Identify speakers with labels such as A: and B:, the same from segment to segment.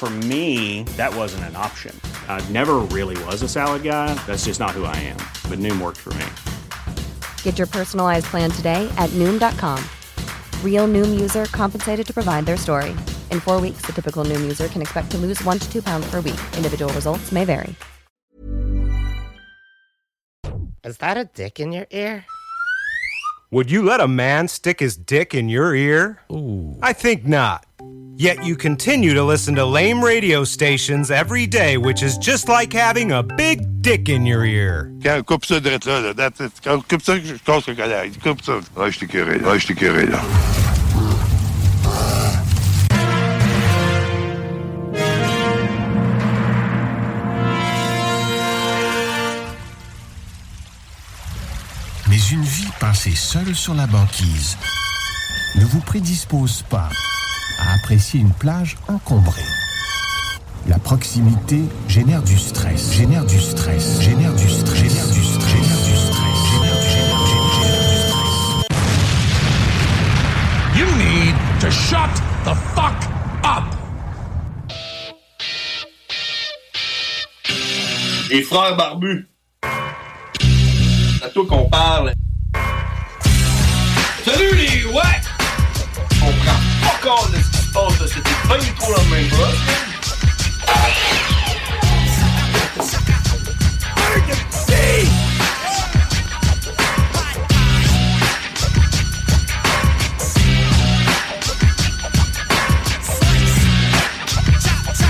A: For me, that wasn't an option. I never really was a salad guy. That's just not who I am. But Noom worked for me.
B: Get your personalized plan today at Noom.com. Real Noom user compensated to provide their story. In four weeks, the typical Noom user can expect to lose one to two pounds per week. Individual results may vary.
C: Is that a dick in your ear?
D: Would you let a man stick his dick in your ear? I think not. Yet you continue to listen to lame radio stations every day, which is just like having a big dick in your ear.
E: Quand- coupe ça direct là, là. That's it. Coupe coupe ça, je casse le colère. Coupe ça. Ah, je suis curé, là. Ah, je suis curé, là.
F: Mais une vie passée seule sur la banquise ne vous prédispose pas à apprécier une plage encombrée. La proximité génère du stress, génère du stress, génère du stress, génère du stress, génère du stress, génère du, génère, génère, génère du stress.
G: You need to shut the fuck up.
H: Les frères barbus. C'est à toi qu'on parle. Salut les ouais! On prend pas compte de ce qui se passe, là. c'était pas du tout la même chose.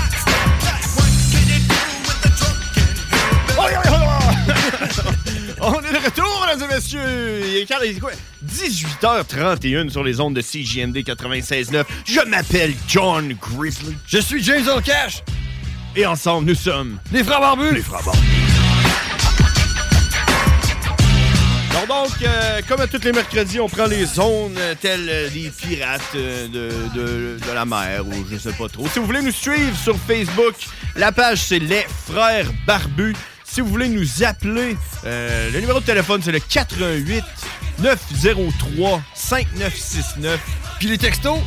I: On est de retour, mesdames et messieurs! Il est quand- il est quoi? 18h31 sur les ondes de CJMD 96.9. Je m'appelle John Grizzly. Je suis James Cash. Et ensemble, nous sommes les Frères Barbus. Les Frères Barbus. Alors donc, euh, comme à tous les mercredis, on prend les zones euh, telles euh, les pirates euh, de, de- de la mer ou je sais pas trop. Si vous voulez nous suivre sur Facebook, la page c'est Les Frères Barbus. Si vous voulez nous appeler, euh, le numéro de téléphone c'est le 88 903 5969. Puis les textos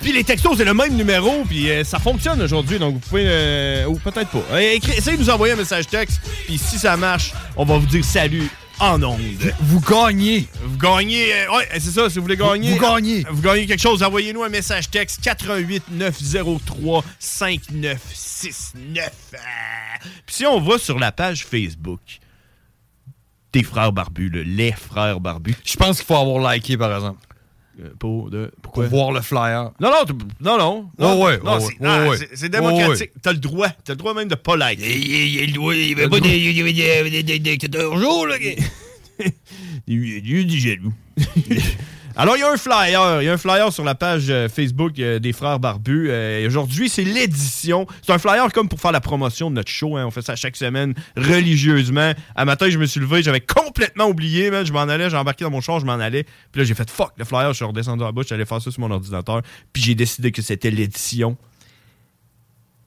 I: puis les textos, c'est le même numéro, puis euh, ça fonctionne aujourd'hui, donc vous pouvez... euh, ou peut-être pas. Euh, écri- essayez de nous envoyer un message texte, puis si ça marche, on va vous dire salut en ondes. Vous gagnez. Vous gagnez. euh, ouais, c'est ça, si vous voulez gagner. ah,
J: Vous gagnez.
I: Vous gagnez quelque chose, envoyez-nous un message texte 88 903 5969. Euh, Puis si on va sur la page Facebook des frères barbus, le les frères barbus. Je pense qu'il faut avoir liké, par exemple. pour, de, pourquoi?
J: Pour voir le flyer.
I: Non, non, t- non, non. non,
J: Ouais, ouais,
I: non,
J: ouais, ouais,
I: c'est- non,
J: ouais.
I: c'est- C'est démocratique. T'as le droit. T'as le droit même de pas liker. Il y a le droit. Il y a pas de jour, là. Il y a du jaloux. Alors, il y a un flyer. Il y a un flyer sur la page euh, Facebook euh, des Frères Barbus. Euh, et Aujourd'hui, c'est l'édition. C'est un flyer comme pour faire la promotion de notre show. hein. On fait ça chaque semaine, religieusement. À matin, je me suis levé, j'avais complètement oublié. man. Je m'en allais, j'ai embarqué dans mon char, je m'en allais. Puis là, j'ai fait fuck le flyer. Je suis redescendu en bas, je suis allé faire ça sur mon ordinateur. Puis j'ai décidé que c'était l'édition.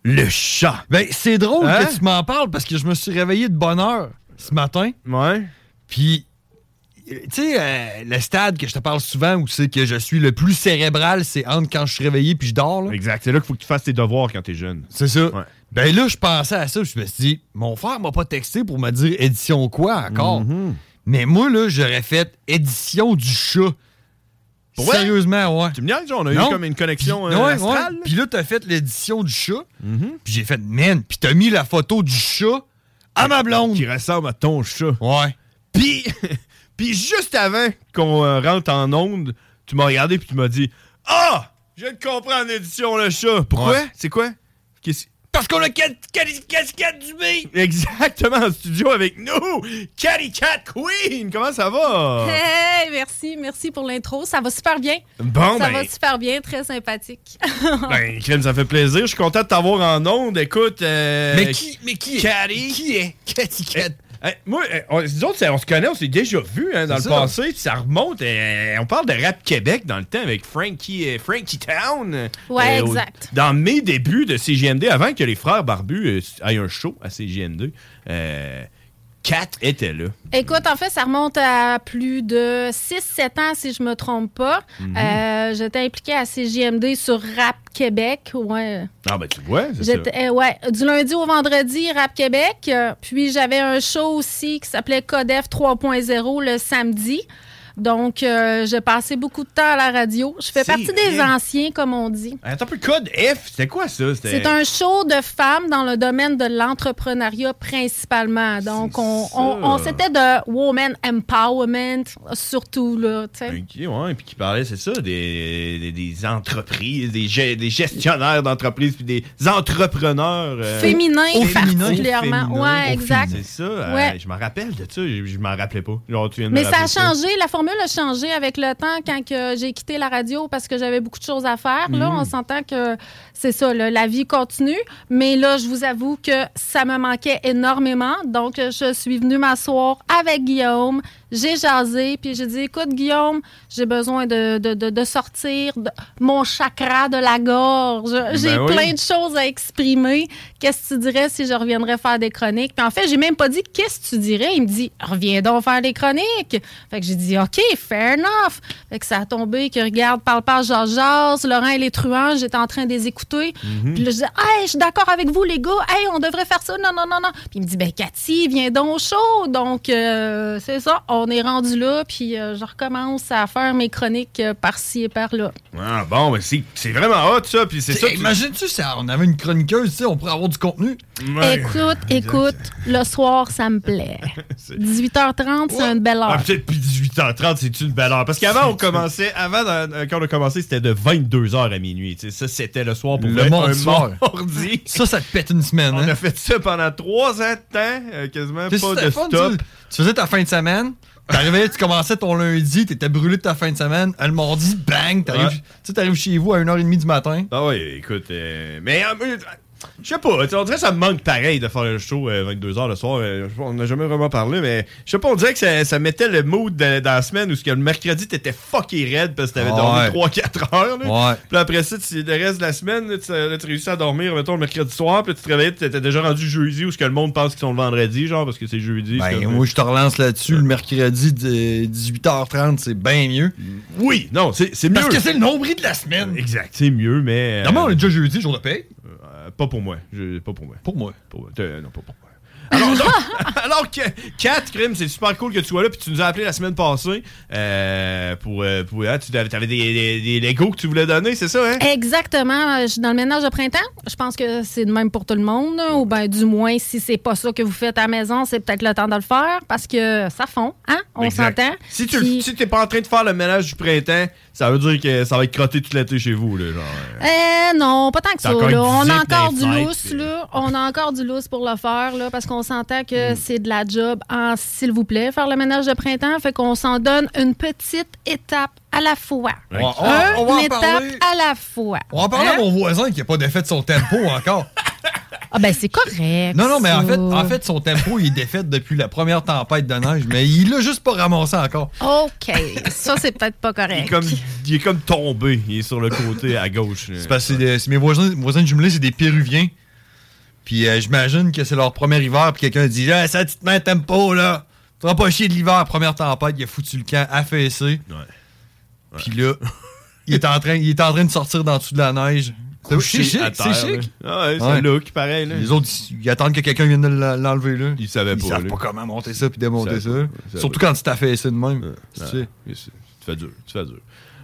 I: Le chat.
J: Ben, c'est drôle
I: Hein?
J: que tu m'en parles parce que je me suis réveillé de bonne heure ce matin.
I: Ouais.
J: Puis, euh, tu sais, euh, le stade que je te parle souvent où c'est que je suis le plus cérébral, c'est entre quand je suis réveillé puis je dors.
I: Exact. C'est là qu'il faut que tu fasses tes devoirs quand t'es jeune.
J: C'est ça. Ben là, je pensais à ça. puis Je me suis dit, mon frère m'a pas texté pour me dire édition quoi encore.
F: Mhm.
J: Mais moi, là, j'aurais fait édition du chat.
I: Pour vrai?
J: Sérieusement, ouais.
I: Tu me dis, on a eu comme une connexion,
J: Puis,
I: euh,
J: ouais,
I: astrale, Mhm.
J: ouais. Puis là, t'as fait l'édition du chat. Puis j'ai fait, man, puis t'as mis la photo du chat à ma blonde. Qui
I: ressemble à ton chat.
J: Ouais.
I: Puis, puis juste avant qu'on euh, rentre en onde, tu m'as regardé puis tu m'as dit Ah Je viens de comprendre l'édition, le chat. Pourquoi C'est quoi Qu'est-ce- Parce qu'on a Cascade du B! Exactement, en studio avec nous, Catty Cat Queen! Comment ça va?
C: Hey, merci, merci pour l'intro. Ça va super bien.
I: Bon,
C: Ça
I: ben-
C: va super bien, très sympathique.
I: Ben, Clem, ça fait plaisir. Je suis content de t'avoir en onde. Écoute. euh,
F: Mais qui- mais qui est-
I: Qui est Cathy Cat? Eh, eh, moi, eh, on, nous autres, c'est- on se connaît, on s'est déjà vu hein, dans le
F: C'est ça.
I: passé. puis Ça remonte. eh, on parle de Rap Québec dans le temps avec Frankie, eh, Frankie Town. euh,
C: Ouais,
I: au-
C: exact.
I: dans mes débuts de CGMD, avant que les frères barbus euh, aient un show à CGMD, euh, Kat était là.
C: Écoute, en fait, ça remonte à plus de 6-7 ans, si je me trompe pas.
I: Mhm.
C: Euh, J'étais impliquée à CJMD sur Rap Québec. Ouais.
I: Ah, ben tu vois, c'est ça.
C: J'étais- euh, ouais, du lundi au vendredi, Rap Québec. Euh, Puis j'avais un show aussi qui s'appelait Codef 3.0 le samedi. Donc, euh, j'ai passé beaucoup de temps à la radio. Je fais
I: C'est
C: partie des
I: vrai.
C: anciens, comme on dit.
I: Attends un peu, Code F, c'était quoi ça? C'était-
C: C'est un show de femmes dans le domaine de l'entrepreneuriat principalement. Donc, on, on, on- c'était de woman empowerment, surtout, là, tu sais.
I: Qui, ouais, puis qui parlait, c'est ça, des, des, des entreprises, des, ge- des gestionnaires d'entreprises, puis des entrepreneurs. euh,
C: Féminins,
I: au
C: particulièrement.
I: féminin,
C: Ouais,
I: au
C: exact.
I: féminin. C'est ça, euh,
C: Ouais.
I: je m'en rappelle de ça, je, je m'en rappelais pas. Genre, tu viens de me
C: Mais ça a
I: rappeler
C: changé, la formule a changé avec le temps quand que j'ai quitté la radio parce que j'avais beaucoup de choses à faire. Là,
I: Mhm.
C: on s'entend que c'est ça, là, la vie continue. Mais là, je vous avoue que ça me manquait énormément. Donc, je suis venue m'asseoir avec Guillaume. J'ai jasé, puis j'ai dit, écoute, Guillaume, j'ai besoin de, de- de- de sortir de mon chakra de la gorge. J'ai
K: oui.
C: plein de choses à exprimer. Qu'est-ce que tu dirais si je reviendrais faire des chroniques? Puis en fait, j'ai même pas dit qu'est-ce que tu dirais. Il me dit, reviens donc faire des chroniques. Fait que j'ai dit, OK, fair enough. Fait que ça a tombé que regarde, parle pas Georges Jazz, Laurent et les truands, j'étais en train de les écouter.
K: Mhm.
C: Puis là, je dis, hey, je suis d'accord avec vous, les gars. Hey, on devrait faire ça. Non, non, non, non. Puis il me dit, ben, Cathy, viens donc au show. Donc, euh, c'est ça. On est rendu là. Puis euh, je recommence à faire mes chroniques euh, par-ci et par-là.
I: Ah bon, mais c'est c'est vraiment hot ça, puis c'est ça.
F: Imagine-tu ça, on avait une chroniqueuse, tu sais, on pourrait avoir du contenu.
C: Écoute, écoute, le soir, ça me plaît. 18h30, c'est une belle
I: Ah,
C: heure.
I: peut-être puis 18h30, c'est une belle heure. Parce qu'avant, on commençait, avant, euh, quand on a commencé, c'était de 22h à minuit. tu sais. Ça, c'était le soir pour
F: Le
I: vrai, un
F: mardi soir.
I: mardi.
F: Ça, ça te pète une semaine.
I: On
F: hein.
I: a fait ça pendant trois ans de temps, euh, quasiment
F: Tu sais,
I: pas
F: c'était
I: de
F: fun,
I: stop.
F: Tu, tu faisais ta fin de semaine, t'arrivais, tu commençais ton lundi, t'étais brûlé de ta fin de semaine, à le mardi, bang, t'arrives
I: Ouais.
F: tu sais, t'arrives chez vous à 1h30 du matin.
I: Ah oui, écoute, euh, mais euh, je sais pas, tu sais, on dirait que ça me manque pareil de faire le show 22h le soir. euh, je sais pas, on n'a jamais vraiment parlé, mais je sais pas, on dirait que ça, ça mettait le mood de- dans la semaine où ce que le mercredi t'étais fucké raide parce que t'avais
F: Ouais.
I: dormi 3-4 heures. là.
F: Ouais.
I: Puis là, après ça, tu- le reste de la semaine, là, tu, euh, là, tu réussis à dormir, mettons, le mercredi soir, puis là, tu te réveillais, t'étais déjà rendu jeudi où ce que le monde pense qu'ils sont le vendredi, genre parce que Euh. c'est jeudi. c'est
F: Ben,
I: comme-
F: moi, je te relance là-dessus, le mercredi de 18h30, c'est bien mieux.
I: Oui, non, c'est c'est mieux.
F: Parce que c'est le nombril de la semaine.
I: Exact, c'est mieux, mais. euh,
F: D'abord, on est déjà jeudi, jour de paye.
I: euh, pas pour moi. Je- pas pour moi.
F: Pour moi.
I: Euh, non, pas pour moi. Alors, donc, alors que, Kat, Crime, c'est super cool que tu sois là. Puis tu nous as appelé la semaine passée euh, pour. euh, pour hein, tu avais, t'avais des, des, des Legos que tu voulais donner, c'est ça, hein?
C: Eh, Exactement. Euh, Je suis dans le ménage de printemps. Je pense que c'est de même pour tout le monde. là. Ou bien, du moins, si c'est pas ça que vous faites à la maison, c'est peut-être le temps de le faire parce que ça fond, hein? On
I: Exact.
C: s'entend.
I: Si tu n'es pas en train de faire le ménage du printemps, ça veut dire que ça va être crotté toute l'été chez vous, là, genre. hein.
C: Eh non, pas tant que
I: T'as
C: ça.
I: encore
C: là.
I: une
C: On a
I: visite dans
C: encore
I: les
C: du
I: fêtes,
C: lousse, là. On a encore du lousse pour le faire, là, parce qu'on s'entend que
I: Hmm.
C: c'est de la job en s'il vous plaît, faire le ménage de printemps. Fait qu'on s'en donne une petite étape à la fois.
F: Ouais. On- on-
C: Un-
F: on va en
C: une étape
F: parler.
C: à la fois.
F: On va en parler
C: Hein?
F: à mon voisin qui a pas défait de son tempo encore.
C: Ah ben c'est correct.
F: Non, non, mais en
C: ça.
F: fait, en fait, son tempo, il est défait depuis la première tempête de neige, mais il l'a juste pas ramassé encore.
C: OK. Ça, c'est peut-être pas
I: Il est
C: correct.
I: comme, il est comme tombé. Il est sur le côté à gauche. là.
F: C'est parce que c'est des- c'est mes voisins, voisins jumelés, c'est des Péruviens. Puis euh, j'imagine que c'est leur premier hiver, puis quelqu'un dit Ah, hey, ça, tu te mets un tempo, là. Tu vas pas chier de l'hiver, première tempête, il a foutu le camp affaissé. Puis là, il est, en train, il est en train de sortir dans dessous de la neige. C'est
I: Couché
F: c'est chic,
I: à terre,
F: c'est chic.
I: là. Ah Ouais, c'est look, pareil. Là.
F: Les autres, ils, ils attendent que quelqu'un vienne de l'en- l'enlever, là.
I: Ils savaient pas,
F: savent
I: lui.
F: pas comment monter ça puis démonter
I: Ils
F: ça.
I: savaient pas, ils savaient
F: Surtout
I: pas.
F: quand tu t'affaisses de même. tu
I: Ouais.
F: sais.
I: Oui, c'est- Tu fais dur, tu fais dur.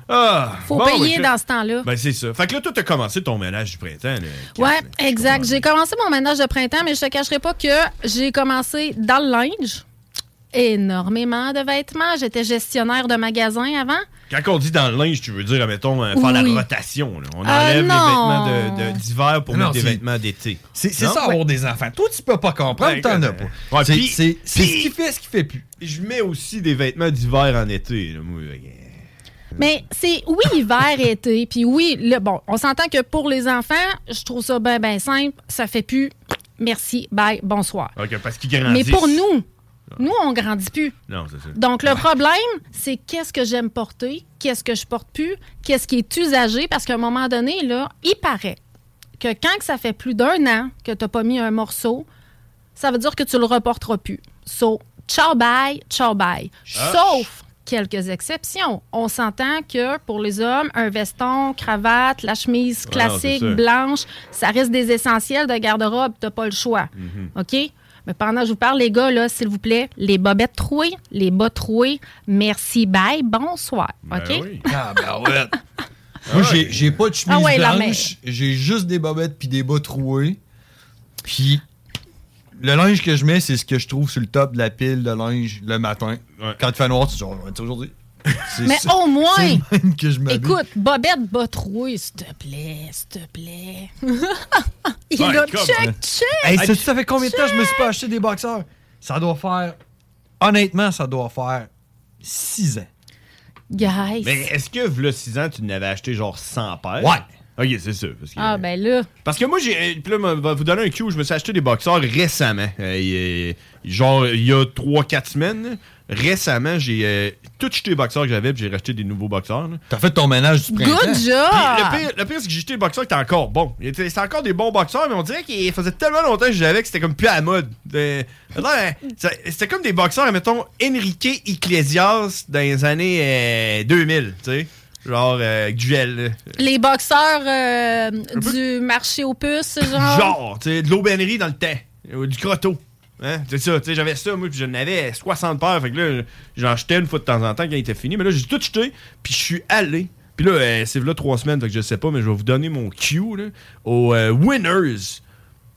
I: Ah,
C: Faut
I: bon,
C: payer
I: ben,
C: dans ce temps-là.
I: Ben, c'est ça. Fait que là, toi, t'as commencé ton ménage du printemps. là.
C: Ouais, exact. J'ai commencé mon ménage de printemps, mais je te cacherai pas que j'ai commencé dans le linge. Énormément de vêtements. J'étais gestionnaire de magasin avant.
I: Quand on dit dans le linge, tu veux dire, mettons, faire la
C: Oui.
I: rotation. là. On
C: Euh,
I: enlève
C: non.
I: les vêtements de- de- d'hiver pour
F: Non,
I: mettre des
F: c'est-
I: vêtements d'été.
F: C'est c'est
I: Non?
F: ça, avoir des enfants. Toi, tu peux pas comprendre,
I: Ouais,
F: t'en as
I: euh,
F: pas.
I: ouais,
F: C'est-
I: puis-
F: c'est c'est
I: puis-
F: ce qui fait, ce qui fait plus.
I: Je mets aussi des vêtements d'hiver en été. là, moi.
C: Mais c'est oui, hiver, été, puis oui, le, bon, on s'entend que pour les enfants, je trouve ça bien, bien simple. Ça fait plus merci, bye, bonsoir.
I: Ok, parce qu'ils
C: Mais
I: grandissent.
C: pour nous, nous, on grandit plus.
I: Non, c'est ça.
C: Donc, le problème, c'est qu'est-ce que j'aime porter, qu'est-ce que je porte plus, qu'est-ce qui est usagé, parce qu'à un moment donné, là, il paraît que quand que ça fait plus d'un an que tu n'as pas mis un morceau, ça veut dire que tu le reporteras plus. So, ciao bye, ciao bye.
K: Ah.
C: Sauf quelques exceptions. On s'entend que pour les hommes, un veston, cravate, la chemise
K: Ouais, non,
C: classique,
K: c'est sûr.
C: blanche, ça reste des essentiels de garde-robe, t'as pas le choix.
I: Mhm.
C: OK? Mais pendant que je vous parle, les gars, là, s'il vous plaît, les bobettes trouées, les bas troués, merci, bye, bonsoir.
I: Ben
C: OK?
F: Ah, ben ouais. Moi, j'ai- j'ai pas de chemise
C: Ah ouais, la
F: blanche. J'ai juste des bobettes puis des bas troués. Puis le linge que je mets, c'est ce que je trouve sur le top de la pile de linge le matin. Quand il fait noir, tu dis, on va être aujourd'hui. C'est
C: Mais
F: ça-
C: au
F: c'est
C: moins,
F: le même que je m'habille.
C: écoute, bobette bas trouées, s'il te plaît, s'il te plaît. Il
I: Ben,
F: Ouais,
C: a
F: comme-
C: check, check.
F: Hey, sais-tu, ça fait combien de temps que je me suis pas acheté des boxeurs? Ça doit faire. Honnêtement, ça doit faire 6 ans.
C: Guys.
I: Mais est-ce que, v'là 6 ans, tu n'avais acheté genre 100 paires?
F: Ouais.
I: Ok, c'est sûr. Parce que,
C: Ah, ben là.
I: parce que moi, j'ai. euh, Puis là, on va vous donner un cue. Je me suis acheté des boxeurs récemment. Euh, il y a- genre, il y a 3-4 semaines. Récemment, j'ai euh, tout jeté les boxeurs que j'avais, puis j'ai racheté des nouveaux boxeurs.
F: T'as fait ton ménage du printemps.
I: Puis
C: Ah!
I: Le pire, le pire, c'est que j'ai jeté le boxeur qui était encore bon. Il était- C'était encore des bons boxeurs, mais on dirait qu'il faisait tellement longtemps que je l'avais que c'était comme plus à la mode. Euh, non, mais, ça- C'était comme des boxeurs, mettons, Enrique Iglesias dans les années euh, 2000, tu sais. Genre, euh, duel.
C: Les boxeurs euh, du marché aux puces, genre.
I: Genre, tu sais, de l'aubainerie dans le temps. Ou du crotteau. Hein? C'est ça, tu sais, j'avais ça, moi, puis j'en avais 60 paires. Fait que là, j'en jetais une fois de temps en temps quand il était fini. Mais là, j'ai tout jeté, puis je suis allé. Puis là, euh, c'est là trois semaines, fait que je sais pas, mais je vais vous donner mon cue, là, aux euh, Winners.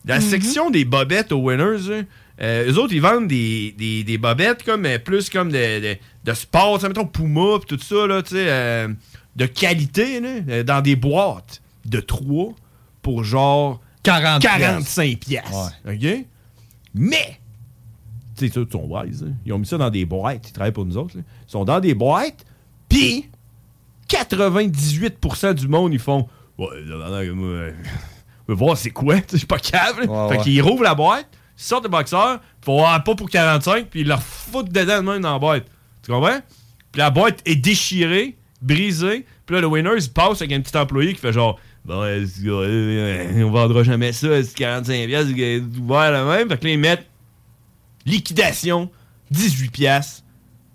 I: La section des bobettes aux Winners, là, euh, eux autres, ils vendent des, des, des bobettes comme, euh, plus comme de, de, de sport, tu sais, mettons, Puma, puis tout ça, là, tu sais, euh, de qualité, là, euh, dans des boîtes de 3 pour genre
F: 40
I: 45 piastres. OK? Mais, tu sais, ça, ils sont wise. hein. Ils ont mis ça dans des boîtes. Ils travaillent pour nous autres. là. Ils sont dans des boîtes, puis 98% du monde, ils font Ouais, là, là, là, moi, euh, je veux voir c'est quoi. tu sais, Je suis pas cave. là.
F: Ouais,
I: fait
F: ouais.
I: qu'ils rouvent la boîte, ils sortent le boxeur, ils font Ah, pas pour 45, puis ils leur foutent dedans de même dans la boîte. Tu comprends? Puis la boîte est déchirée, brisée. Puis là, le winner, il passe avec un petit employé qui fait genre Bon, euh, c'est- euh, euh, on vendra jamais ça, c'est 45$, piastres, c'est ouvert la même. Fait que là, ils mettent liquidation, 18$, piastres,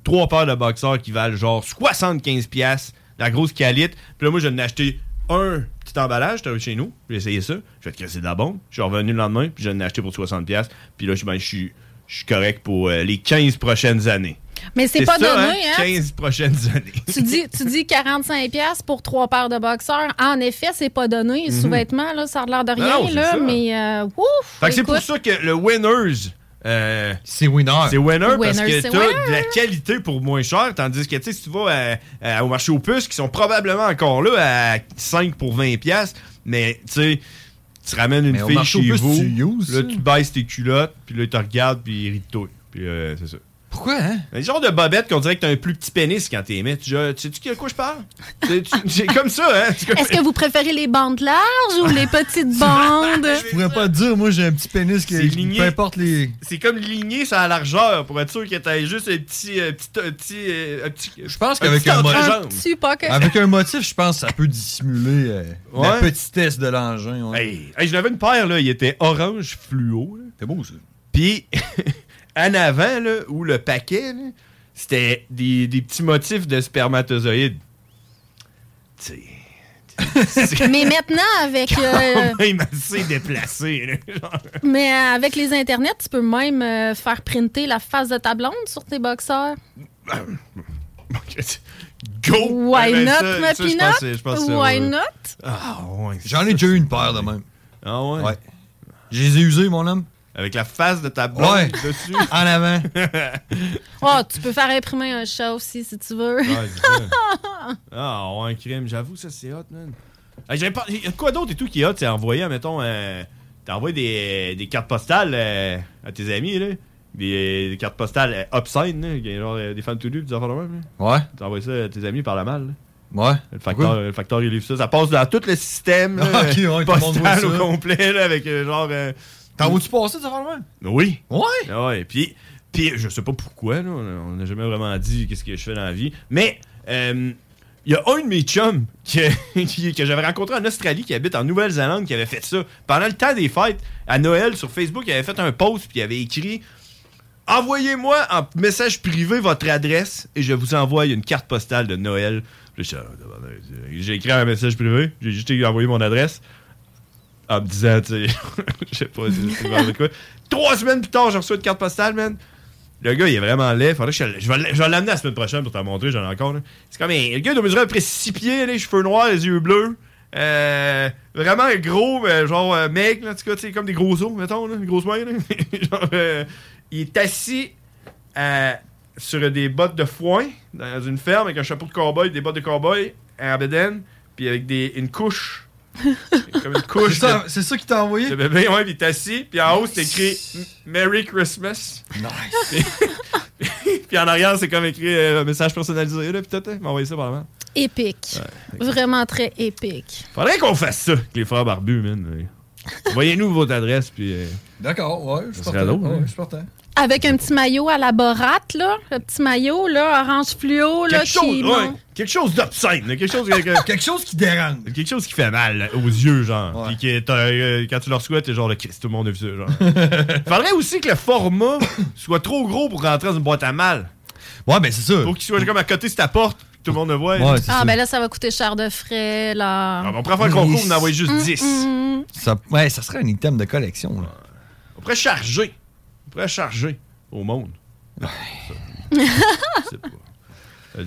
I: trois paires de boxeurs qui valent genre 75$, piastres, la grosse qualité. Puis là, moi, je l'ai acheté un petit emballage, j'étais chez nous, j'ai essayé ça, j'ai fait que c'est de la bombe. Je suis revenu le lendemain, puis je l'ai acheté pour 60$, piastres. puis là, je suis- ben, je suis je suis correct pour euh, les 15 prochaines années.
C: Mais c'est pas
I: ça,
C: donné, hein?
I: 15 prochaines années.
C: tu dis, tu dis 45 pièces pour trois paires de boxeurs. En effet, c'est pas donné. Les
I: Mhm.
C: Sous-vêtements, là, ça a l'air de
I: Non,
C: rien,
I: non, c'est
C: là,
I: ça.
C: mais euh, ouf!
I: Fait que c'est pour
C: écoute.
I: ça que le winners. euh,
F: c'est winner.
I: C'est winner parce
C: Winner,
I: que
C: c'est
I: t'as
C: winner.
I: de la qualité pour moins cher, tandis que tu sais, si tu vas à- à- au marché aux puces, qui sont probablement encore là à 5 pour 20$, piastres, mais tu sais, tu ramènes une
F: Mais au
I: fille
F: marché aux
I: chez
F: puces,
I: vous,
F: tu uses
I: là
F: ça.
I: tu baisses tes culottes, puis là tu regardes, puis il rit de toi. Puis euh, c'est ça.
F: Pourquoi, hein?
I: Un genre de bobette qu'on dirait que t'as un plus petit pénis quand t'es mis. Tu tu sais-tu de quoi je parle? Tu- tu- C'est comme ça, hein? Tu-
C: Est-ce que vous préférez les bandes larges ou les petites bandes?
F: Je pourrais pas te dire, moi, j'ai un petit pénis qui
I: C'est ligné.
F: Peu importe les.
I: C'est comme ligné sur la largeur pour être sûr que t'as juste un petit. euh, petit, euh, petit, euh, un petit je
F: pense qu'avec un mode-
C: Un petit pocket.
I: Ah,
F: Avec un motif, je pense que ça peut dissimuler euh, la
I: Ouais.
F: petitesse de l'engin. ouais.
I: Hey, je l'avais une paire, là, il était orange fluo.
F: C'est beau, ça.
I: Puis, en avant, là, où le paquet, là, c'était des, des petits motifs de spermatozoïdes. Tu sais.
C: Mais maintenant, avec, euh,
I: Quand même assez déplacé, là, genre.
C: mais euh, avec les internets, tu peux même euh, faire printer la face de ta blonde sur tes boxeurs.
I: Go!
C: Why
I: Ben,
C: not,
I: ça-
C: ma
I: ça, je pense que- je pense que
C: peanut?
I: c'est-
C: Why
I: ouais.
C: not?
I: Ah, ouais.
F: J'en ai déjà eu une paire de même.
I: Ah ouais?
F: Ouais. Je les ai usés, mon homme.
I: Avec la face de ta blonde
F: Ouais. Ah,
I: dessus.
F: En avant.
C: Oh, tu peux faire imprimer un chat aussi si tu veux.
I: Ouais, Ah, on a un crime, j'avoue, ça c'est hot, man. Ah, j'avais pas- y a Quoi d'autre et tout qui est hot, c'est envoyer, mettons, euh, t'envoies des, des cartes postales euh, à tes amis, là. Des, des cartes postales euh, obscènes, là, qui est genre euh, des femmes tout nues, des enfants de même. là.
F: Ouais.
I: T'envoies ça à tes amis par la malle.
F: Ouais.
I: Le facteur,
F: Pourquoi?
I: le facteur, il livre ça. Ça passe dans tout le système là,
F: Ok, ouais, tout le monde
I: postal
F: voit
I: au
F: ça.
I: complet, là, avec euh, genre. euh,
F: T'en vois-tu passer, ça faire le même?
I: oui.
F: Ah Ouais.
I: Ah Ouais. Puis, puis je sais pas pourquoi, là, on n'a jamais vraiment dit qu'est-ce que je fais dans la vie. Mais euh, il y a un de mes chums que, qui- que j'avais rencontré en Australie, qui habite en Nouvelle-Zélande, qui avait fait ça. Pendant le temps des fêtes, à Noël, sur Facebook, il avait fait un post, puis il avait écrit Envoyez-moi en message privé votre adresse et je vous envoie une carte postale de Noël. Puis j'étais, Ah, tabarnak, J'ai écrit un message privé, j'ai juste envoyé mon adresse en me disant, tu sais, je sais pas, c'est- c'est vraiment de quoi. Trois semaines plus tard, j'ai reçu une carte postale, man. Le gars, il est vraiment laid. Faudrait que je, je vais l'- je vais l'amener la semaine prochaine pour t'en montrer, j'en ai encore. là. C'est comme un, le gars, il doit mesurer à peu près six pieds, les cheveux noirs, les yeux bleus. Euh, vraiment gros, mais genre euh, mec, là, en tout cas, tu sais, comme des gros os, mettons, là, des grosses mains. là. Genre, euh, il est assis euh, sur des bottes de foin dans une ferme avec un chapeau de cowboy, des bottes de cowboy en bédaine, puis avec des, une couche. comme une
F: C'est
I: couche.
F: ça-
I: de-
F: c'est ça qui t'a envoyé?
I: le bébé, ouais, puis il est assis, puis en haut, c'est écrit M- Merry Christmas. Nice. puis en arrière, c'est comme écrit euh, un message personnalisé, là, puis tout, hein. Il m'a envoyé ça par la main.
C: Épique. Vraiment très épique.
I: Faudrait qu'on fasse ça, avec les frères barbus, man. ouais. Voyez-nous votre adresse, puis. euh,
F: D'accord, ouais, je suis
I: serait drôle,
F: partant. Ouais,
I: hein.
F: je suis partant.
C: Avec un petit maillot à la borate, là. Le petit maillot, là, orange fluo, là,
I: quelque, chose,
C: qui
I: ouais,
C: monte.
I: quelque chose d'obscène, là, quelque chose, quelque,
F: chose qui dérange.
I: Quelque chose qui fait mal là, aux yeux, genre. Puis que t'as, euh, quand tu leur souhaites, t'es genre, le Christ, tout le monde a vu ça, genre. Faudrait aussi que le format soit trop gros pour rentrer dans une boîte à mal.
F: Ouais, mais c'est ça.
I: Faut qu'il soit comme à côté de ta porte, puis que tout le monde le voit.
C: ah, ben là, ça va coûter cher de frais, là.
I: Ah, ben, on pourrait faire un concours, on en envoie juste
C: Mm,
I: 10.
C: mm.
F: Ça, ouais, ça serait un item de collection. Là.
I: On pourrait charger. On pourrait charger au monde. Je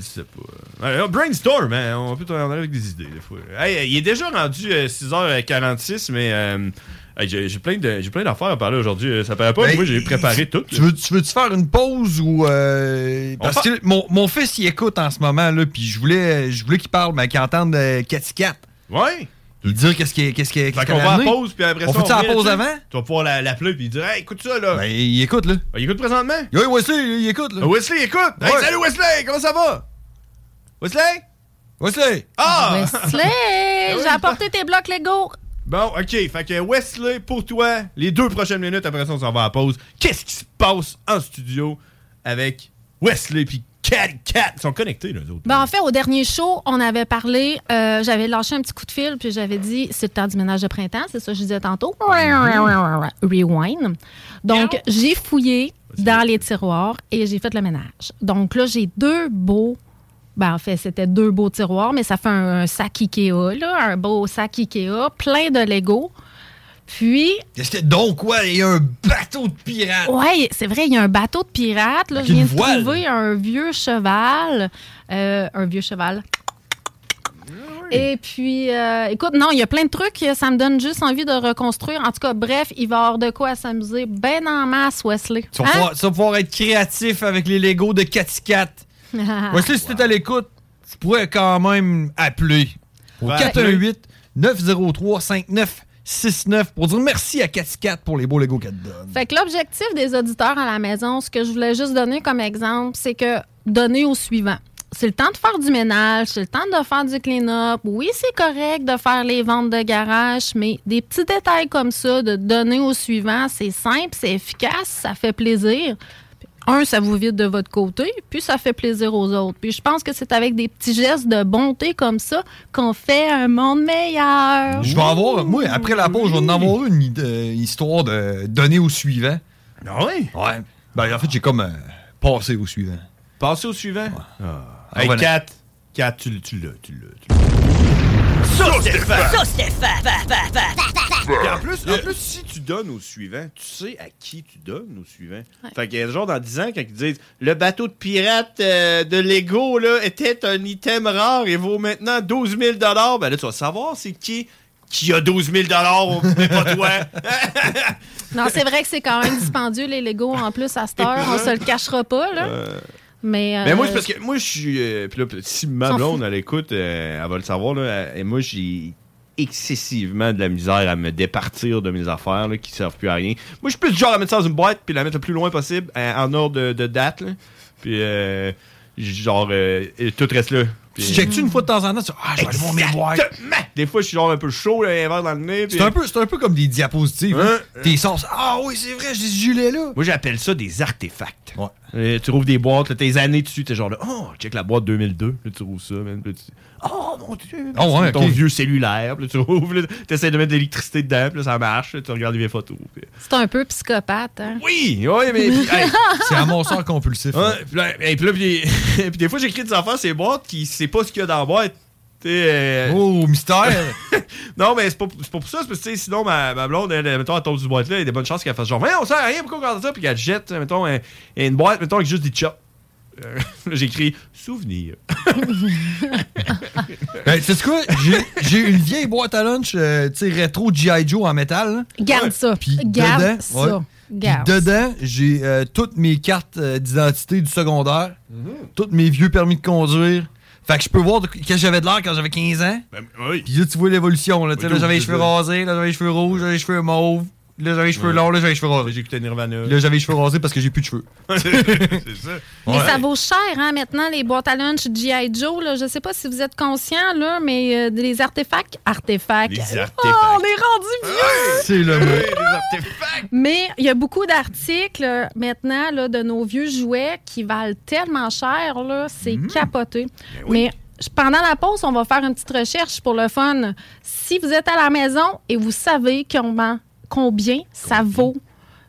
I: sais pas. Ouais, on brainstorm, hein. on peut en aller avec des idées des fois. Hey, euh, il est déjà rendu euh, 6h46, mais euh, hey, j'ai j'ai plein de- j'ai plein d'affaires à parler aujourd'hui. euh, Ça paraît pas,
F: Ben,
I: moi j'ai préparé tout.
F: Tu veux- tu veux-tu faire une pause ou. euh,
I: On
F: parce
I: fa-
F: que mon, mon fils, il écoute en ce moment, là, puis je voulais, je voulais qu'il parle, mais qu'il entende euh, Cathy Cat.
I: Ouais!
F: Il dire qu'est-ce qu'il qu'est-ce qu'il-
I: Fait
F: qu'est-ce
I: qu'on
F: qu'elle a
I: va en
F: amené.
I: pause, puis après
F: On
I: ça.
F: fait-tu en
I: revient
F: pause
I: là-dessus?
F: avant?
I: Tu vas pouvoir la- l'appeler, puis il dire Hey, écoute ça, là. Ah,
F: Ben, il écoute, là.
I: il écoute présentement?
F: Oui, Wesley, il écoute, là.
I: Ah, Wesley, écoute! Hey,
F: Ouais.
I: salut Wesley, comment ça va? Wesley?
F: Wesley!
I: Ah!
C: Slay!
I: Ah oui,
C: J'ai apporté tes blocs Lego.
I: Bon, ok, fait que Wesley, pour toi, les deux prochaines minutes, après ça, on s'en va à la pause. Qu'est-ce qui se passe en studio avec Wesley puis Cat Cat? Ils sont connectés, là, les autres.
C: Ben, en fait, au dernier show, on avait parlé, euh, j'avais lâché un petit coup de fil, puis j'avais dit, c'est le temps du ménage de printemps, c'est ça que je disais tantôt. Rewind. Donc, j'ai fouillé dans les tiroirs et j'ai fait le ménage. Donc là, j'ai deux beaux, ben, en fait, c'était deux beaux tiroirs, mais ça fait un, un sac Ikea, là, un beau sac Ikea, plein de Lego. Puis,
F: Qu'est-ce que. Donc, ouais, il y a un bateau de pirates.
C: Ouais, c'est vrai, il y a un bateau de pirates. Là,
F: Avec
C: je viens
F: une
C: de
F: voile.
C: trouver un vieux cheval. Euh, un vieux cheval.
F: Ah
C: Et puis, euh, écoute, non, il y a plein de trucs. euh, Ça me donne juste envie de reconstruire. En tout cas, bref, il va y avoir de quoi s'amuser ben en masse, Wesley. Hein?
F: Tu vas, pouvoir, tu vas pouvoir être créatif avec les Legos de Cathy Cat.
C: Hein?
F: Wesley, si tu es à l'écoute, tu pourrais quand même appeler au
C: Ouais.
F: 418-903-5969 pour dire merci à Cathy Cat pour les beaux Legos qu'elle te donne.
C: Fait que l'objectif des auditeurs à la maison, ce que je voulais juste donner comme exemple, c'est que donner au suivant. C'est le temps de faire du ménage, c'est le temps de faire du clean-up. Oui, c'est correct de faire les ventes de garage, mais des petits détails comme ça, de donner au suivant, c'est simple, c'est efficace, ça fait plaisir. Un, ça vous vide de votre côté, puis ça fait plaisir aux autres. Puis je pense que c'est avec des petits gestes de bonté comme ça qu'on fait un monde meilleur.
F: Je vais avoir, moi, après la pause, je vais en avoir une id- euh, histoire de donner au suivant.
I: Ah oui?
F: Ouais. Ben, en fait, j'ai comme euh, passé au suivant.
I: Passez au suivant. Ah. Hey,
F: Revenez.
I: Cat, Cat, tu, l- tu l'as, tu l'as. tu l'as. Et en plus, en plus, si tu donnes au suivant, tu sais à qui tu donnes au suivant. Fait qu'il y a genre dans 10 ans, quand ils disent le bateau de pirate euh, de Lego là, était un item rare et vaut maintenant 12 000 ben là, tu vas savoir c'est qui qui a 12 000 au pas toi.
C: Non, c'est vrai que c'est quand même dispendieux, les Legos, en plus, à cette heure. On se le cachera pas, là.
I: Euh,
C: Mais,
I: Mais
C: euh,
I: moi, c'est parce que moi, je suis. euh, puis là, si ma
C: S'en
I: blonde, elle écoute, euh, elle va le savoir, là. elle- Et moi, j'ai excessivement de la misère à me départir de mes affaires là, qui servent plus à rien. Moi, je suis plus du genre à mettre ça dans une boîte puis la mettre le plus loin possible euh, en ordre de, de date. là. Puis, euh, genre, euh, et tout reste là. Puis-
F: Tu checkes-tu une fois de temps en temps, tu dis, ah, je vais aller voir mes boîtes.
I: Des fois, je suis genre un peu chaud, là, un verre dans le nez.
F: C'est un, peu- c'est un peu comme des diapositives.
I: Hein?
F: hein. T'es sens, ah oui, c'est vrai, j'ai ce gilet-là.
I: Moi, j'appelle ça des artefacts. Euh, tu trouves des boîtes, là, tes années dessus, t'es genre là, oh, check la boîte 2002, là, tu trouves ça, man. Puis là, tu- Oh mon dieu!
F: Oh, ouais,
I: ton
F: ok.
I: vieux cellulaire, puis là, tu ouvres, là, t'essaies de mettre de l'électricité dedans, puis là, ça marche, là, tu regardes les vieilles photos. puis-
C: c'est un peu psychopathe. hein.
I: Oui, oui, mais. puis, hey,
F: C'est un monstre compulsif.
I: hein, puis là, hey, puis là, puis- puis des fois, j'écris des affaires, ces boîtes, qui sait pas ce qu'il y a dans la boîte. euh,
F: Oh, mystère!
I: non, mais c'est pas, c'est pas pour ça, c'est parce que tu sais, sinon, ma, ma blonde, elle, mettons, elle tombe sur cette boîte-là, il y a des bonnes chances qu'elle fasse genre, mais on sert à rien, pourquoi on regarde ça, puis qu'elle jette, mettons, un- une boîte, mettons, avec juste des chops. Euh, J'écris souvenir.
F: Ben, tu sais quoi? J'ai- J'ai une vieille boîte à lunch, euh, tu sais, rétro G.I. Joe en métal. là.
C: Garde ça. Garde
F: Dedans,
C: ça.
F: ouais.
C: Garde.
F: Puis dedans, j'ai euh, toutes mes cartes euh, d'identité du secondaire,
I: Mm-hmm.
F: tous mes vieux permis de conduire. Fait que je peux voir de- que j'avais de l'air quand j'avais 15 ans. Puis là, tu vois l'évolution. Là, Tu sais, là, j'avais les cheveux rasés, là, j'avais les cheveux rouges, j'avais les cheveux mauves. Là, j'avais les cheveux
I: Ouais.
F: longs, là, j'avais les cheveux rasés.
I: J'écoutais Nirvana.
F: Là, j'avais les cheveux rasés parce que j'ai plus de cheveux.
I: c'est ça.
C: Mais ça vaut cher, hein, maintenant, les boîtes à lunch G.I. Joe. Là. Je sais pas si vous êtes conscients, là, mais euh, les artefacts. Artefacts.
I: Les
C: Oh,
I: artefacts. Ah,
C: on est rendu vieux!
F: C'est le mot.
C: Mais il y a beaucoup d'articles euh, maintenant là, de nos vieux jouets qui valent tellement cher, là, c'est capoté. Mais je- pendant la pause, on va faire une petite recherche pour le fun. Si vous êtes à la maison et vous savez comment- combien ça vaut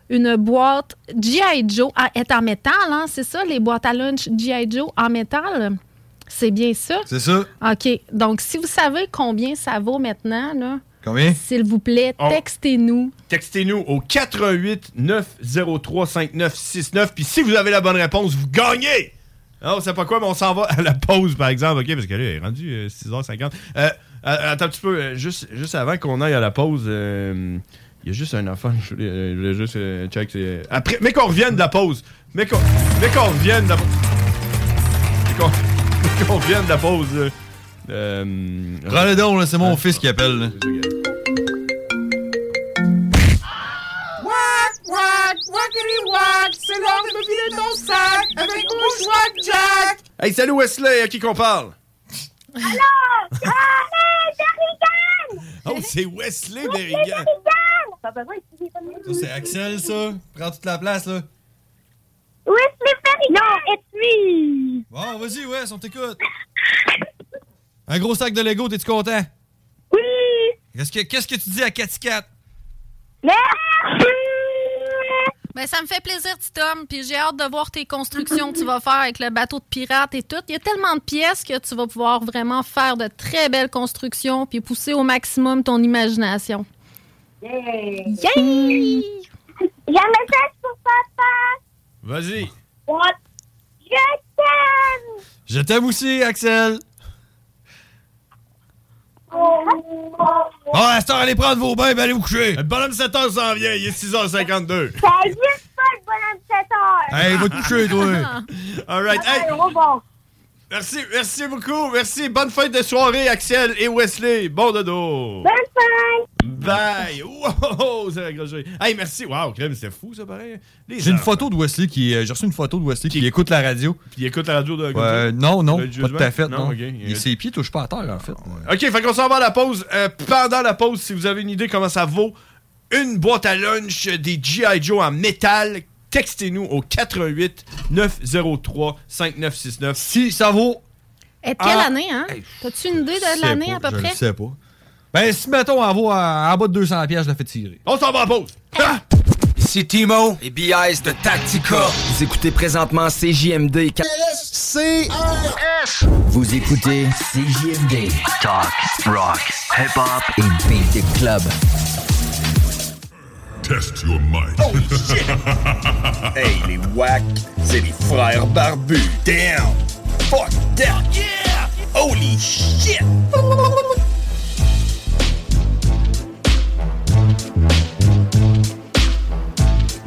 C: une boîte G.I. Joe ah, est en métal, hein, c'est ça, les boîtes à lunch G.I. Joe en métal? C'est bien ça?
F: C'est ça.
C: OK. Donc, si vous savez combien ça vaut maintenant, là,
F: Combien?
C: s'il vous plaît,
I: On-
C: textez-nous.
I: Textez-nous au 88 903 5969. Puis si vous avez la bonne réponse, vous gagnez! Ah, on sait pas quoi, mais on s'en va à la pause, par exemple, OK? Parce que là, il est rendu euh, 6h50. Euh, euh, attends un petit peu, euh, juste, juste avant qu'on aille à la pause, euh, il y a juste un enfant, je voulais, euh, je voulais juste euh, check. c'est- Après, mais qu'on revienne de la pause! Mais qu'on mais qu'on revienne de la pause! Mais qu'on- mais qu'on revienne de la pause! euh, euh,
F: Prends le don, là, c'est mon fils qui appelle. là.
H: Wack, wack, wackity wack, c'est l'heure de me vider ton sac avec mon wack Jack.
I: Hey, salut Wesley, à qui qu'on parle?
H: Alors, allez,
I: Oh, c'est Wesley
H: Berrigan!
I: Berrigan!
F: Ça, c'est Axel, ça. Prends toute la place, là.
H: Wesley Berrigan! Non, it's me!
F: Bon, vas-y, Wes, on t'écoute. Un gros sac de Lego, t'es-tu content?
H: Oui!
F: Qu'est-ce que, qu'est-ce que tu dis à Cathy Cat?
C: Ben, ça me fait plaisir, petit homme. Puis j'ai hâte de voir tes constructions que tu vas faire avec le bateau de pirate et tout. Il y a tellement de pièces que tu vas pouvoir vraiment faire de très belles constructions puis pousser au maximum ton imagination. Yay!
K: J'ai un message pour papa.
I: Vas-y.
K: What? Je t'aime.
F: Je t'aime aussi, Axel.
I: Bon, Ah, à cette heure, allez prendre vos bains et allez vous coucher. Le bonhomme 7 h s'en vient, il est 6h52.
K: Ça existe pas le bonhomme de 7 heures.
I: Hey, va te coucher, toi. All right, hey.
K: robot.
I: Merci, merci beaucoup, merci. Bonne fête de soirée, Axel et Wesley. Bon dodo.
K: Bonne fête.
I: Bye. Wow, ça a accroché. Hey, merci. Wow, crème, c'était fou, ça, pareil. Les
F: J'ai une
I: enfants.
F: photo de Wesley qui. euh, J'ai reçu une photo de Wesley qui, écoute la radio.
I: Puis il écoute la radio de. comme
F: Euh,
I: ça?
F: non, non,
I: Le
F: pas
I: jugement?
F: tout à fait.
I: Non,
F: Non,
I: ok.
F: Il- Ses pieds touchent pas à terre, en fait.
I: OK, fait qu'on s'en va à la pause. Euh, pendant la pause, si vous avez une idée comment ça vaut, une boîte à lunch des G.I. Joe en métal, textez-nous au 88 903 5969.
F: Si ça vaut.
C: Et quelle
F: Ah.
C: année, hein? T'as-tu une idée
F: Je
C: de l'année
F: sais
C: à
F: pas,
C: peu
F: je
C: près?
F: le sais pas. Ben, si mettons, en, vaut, à- en bas de 200 pièces, je la fais tirer. Ah!
I: On s'en va à pause.
L: Ici Timo et BIs de Tactica. Vous écoutez présentement CJMD.
H: S-C-R-S!
L: Vous écoutez CJMD. Talk, rock, hip-hop et beat the club.
A: Test your mind. Oh shit! hey, les wack, c'est les
H: Frère barbu, damn! Fuck that! Yeah! Holy shit!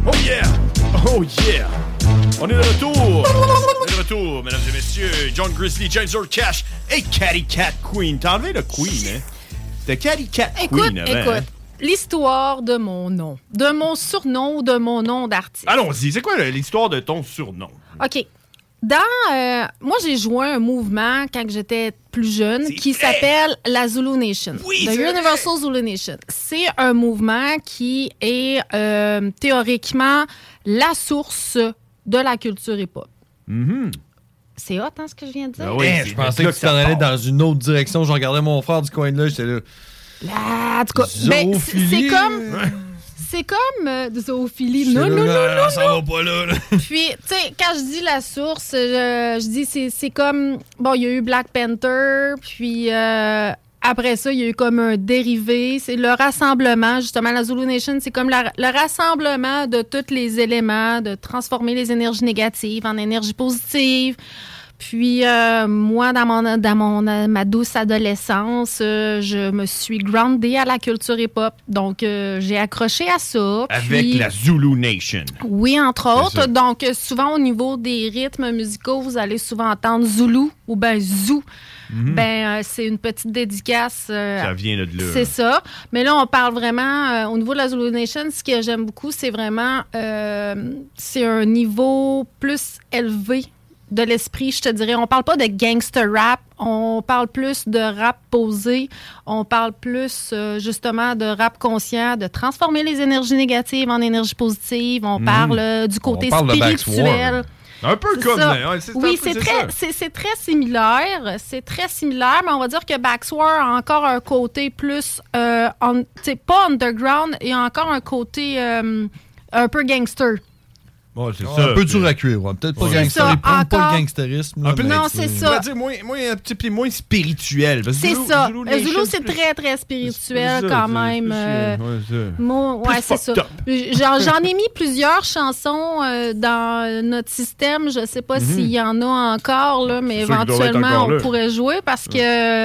I: Oh yeah! On est de retour! On est de retour, mesdames et messieurs. John Grizzly, James Earl Cash et Catty Cat Queen. T'as enlevé le Queen, hein? T'as Catty Cat
C: Écoute,
I: Queen avant, hein?
C: écoute. L'histoire de mon nom, de mon surnom ou de mon nom d'artiste.
I: Allons-y, c'est quoi l'histoire de ton surnom?
C: OK. Dans. euh, moi, j'ai joint un mouvement quand j'étais plus jeune qui s'appelle la Zulu Nation. The Universal Zulu Nation. C'est un mouvement qui est euh, théoriquement la source de la culture hip-hop. C'est hot, hein, ce que je viens de dire?
F: Ben Mm-hmm. oui, je pensais que tu t'en allais dans une autre direction. Je regardais mon frère du coin de là, j'étais là.
C: Ah, en tout cas, ben, c'est c'est
F: Zoophilie.
C: comme. C'est comme euh, de zoophilie. Non,
F: J'étais
C: non,
F: là,
C: non, non,
F: ça
C: non.
F: Euh, va pas là. là.
C: Puis, tu sais, quand je dis la source, euh, je, dis c'est, c'est comme. Bon, il y a eu Black Panther, puis euh, après ça, il y a eu comme un dérivé. C'est le rassemblement, justement, la Zulu Nation, c'est comme la- le rassemblement de tous les éléments, de transformer les énergies négatives en énergie positive. Puis euh, moi, dans mon dans mon euh, ma douce adolescence, euh, je me suis groundée à la culture hip-hop, donc euh, j'ai accroché à ça.
I: Avec
C: puis-
I: la Zulu Nation.
C: oui, entre
I: C'est ça.
C: autres. Donc, euh, souvent au niveau des rythmes musicaux, vous allez souvent entendre Zoulou ou ben Zou.
I: Mhm.
C: Ben, euh, c'est une petite dédicace. euh,
I: Ça vient de là.
C: C'est ça. Mais là, on parle vraiment euh, au niveau de la Zulu Nation. Ce que j'aime beaucoup, c'est vraiment euh, c'est un niveau plus élevé de l'esprit, je te dirais. On parle pas de gangster rap, on parle plus de rap posé, on parle plus euh, justement de rap conscient, de transformer les énergies négatives en énergies positives. On
I: Mhm.
C: parle euh, du côté
I: parle de Max
C: spirituel.
I: Warren. Un peu
C: C'est
I: comme.
C: ça.
I: hein, c'est un
C: oui,
I: peu-
C: c'est
I: ça.
C: très, c'est- c'est très similaire. C'est très similaire, mais on va dire que Baxwar a encore un côté plus, euh, un- tu sais, pas underground, il y a encore un côté euh, un peu gangster.
I: Ouais, c'est
F: Un peu dur à cuire, ouais. Peut-être pas,
I: C'est
F: gangster,
C: ça,
F: ils prennent pas
C: encore.
F: le gangstérisme. là,
I: Un peu-
F: mais
C: Non,
F: tu sais.
C: c'est ça.
I: On va dire moins, moins, un petit peu moins spirituel. parce que
C: C'est
I: Zulu-
C: ça.
I: Zulu
C: Euh,
I: Nation,
C: Zulu, c'est
I: plus-
C: très, très spirituel
I: C'est ça,
C: quand
I: c'est
C: même.
I: plus,
C: euh,
I: ouais, c'est ça.
C: Moi,
I: Plus
C: ouais, c'est ça.
I: fucked up.
C: J'en, j'en ai mis plusieurs chansons euh, dans notre système. Je sais pas
I: Mhm. Ah,
C: s'il y en a encore, là, mais
I: sûr qu'ils doivent être
C: éventuellement,
I: encore
C: on
I: là.
C: pourrait jouer parce que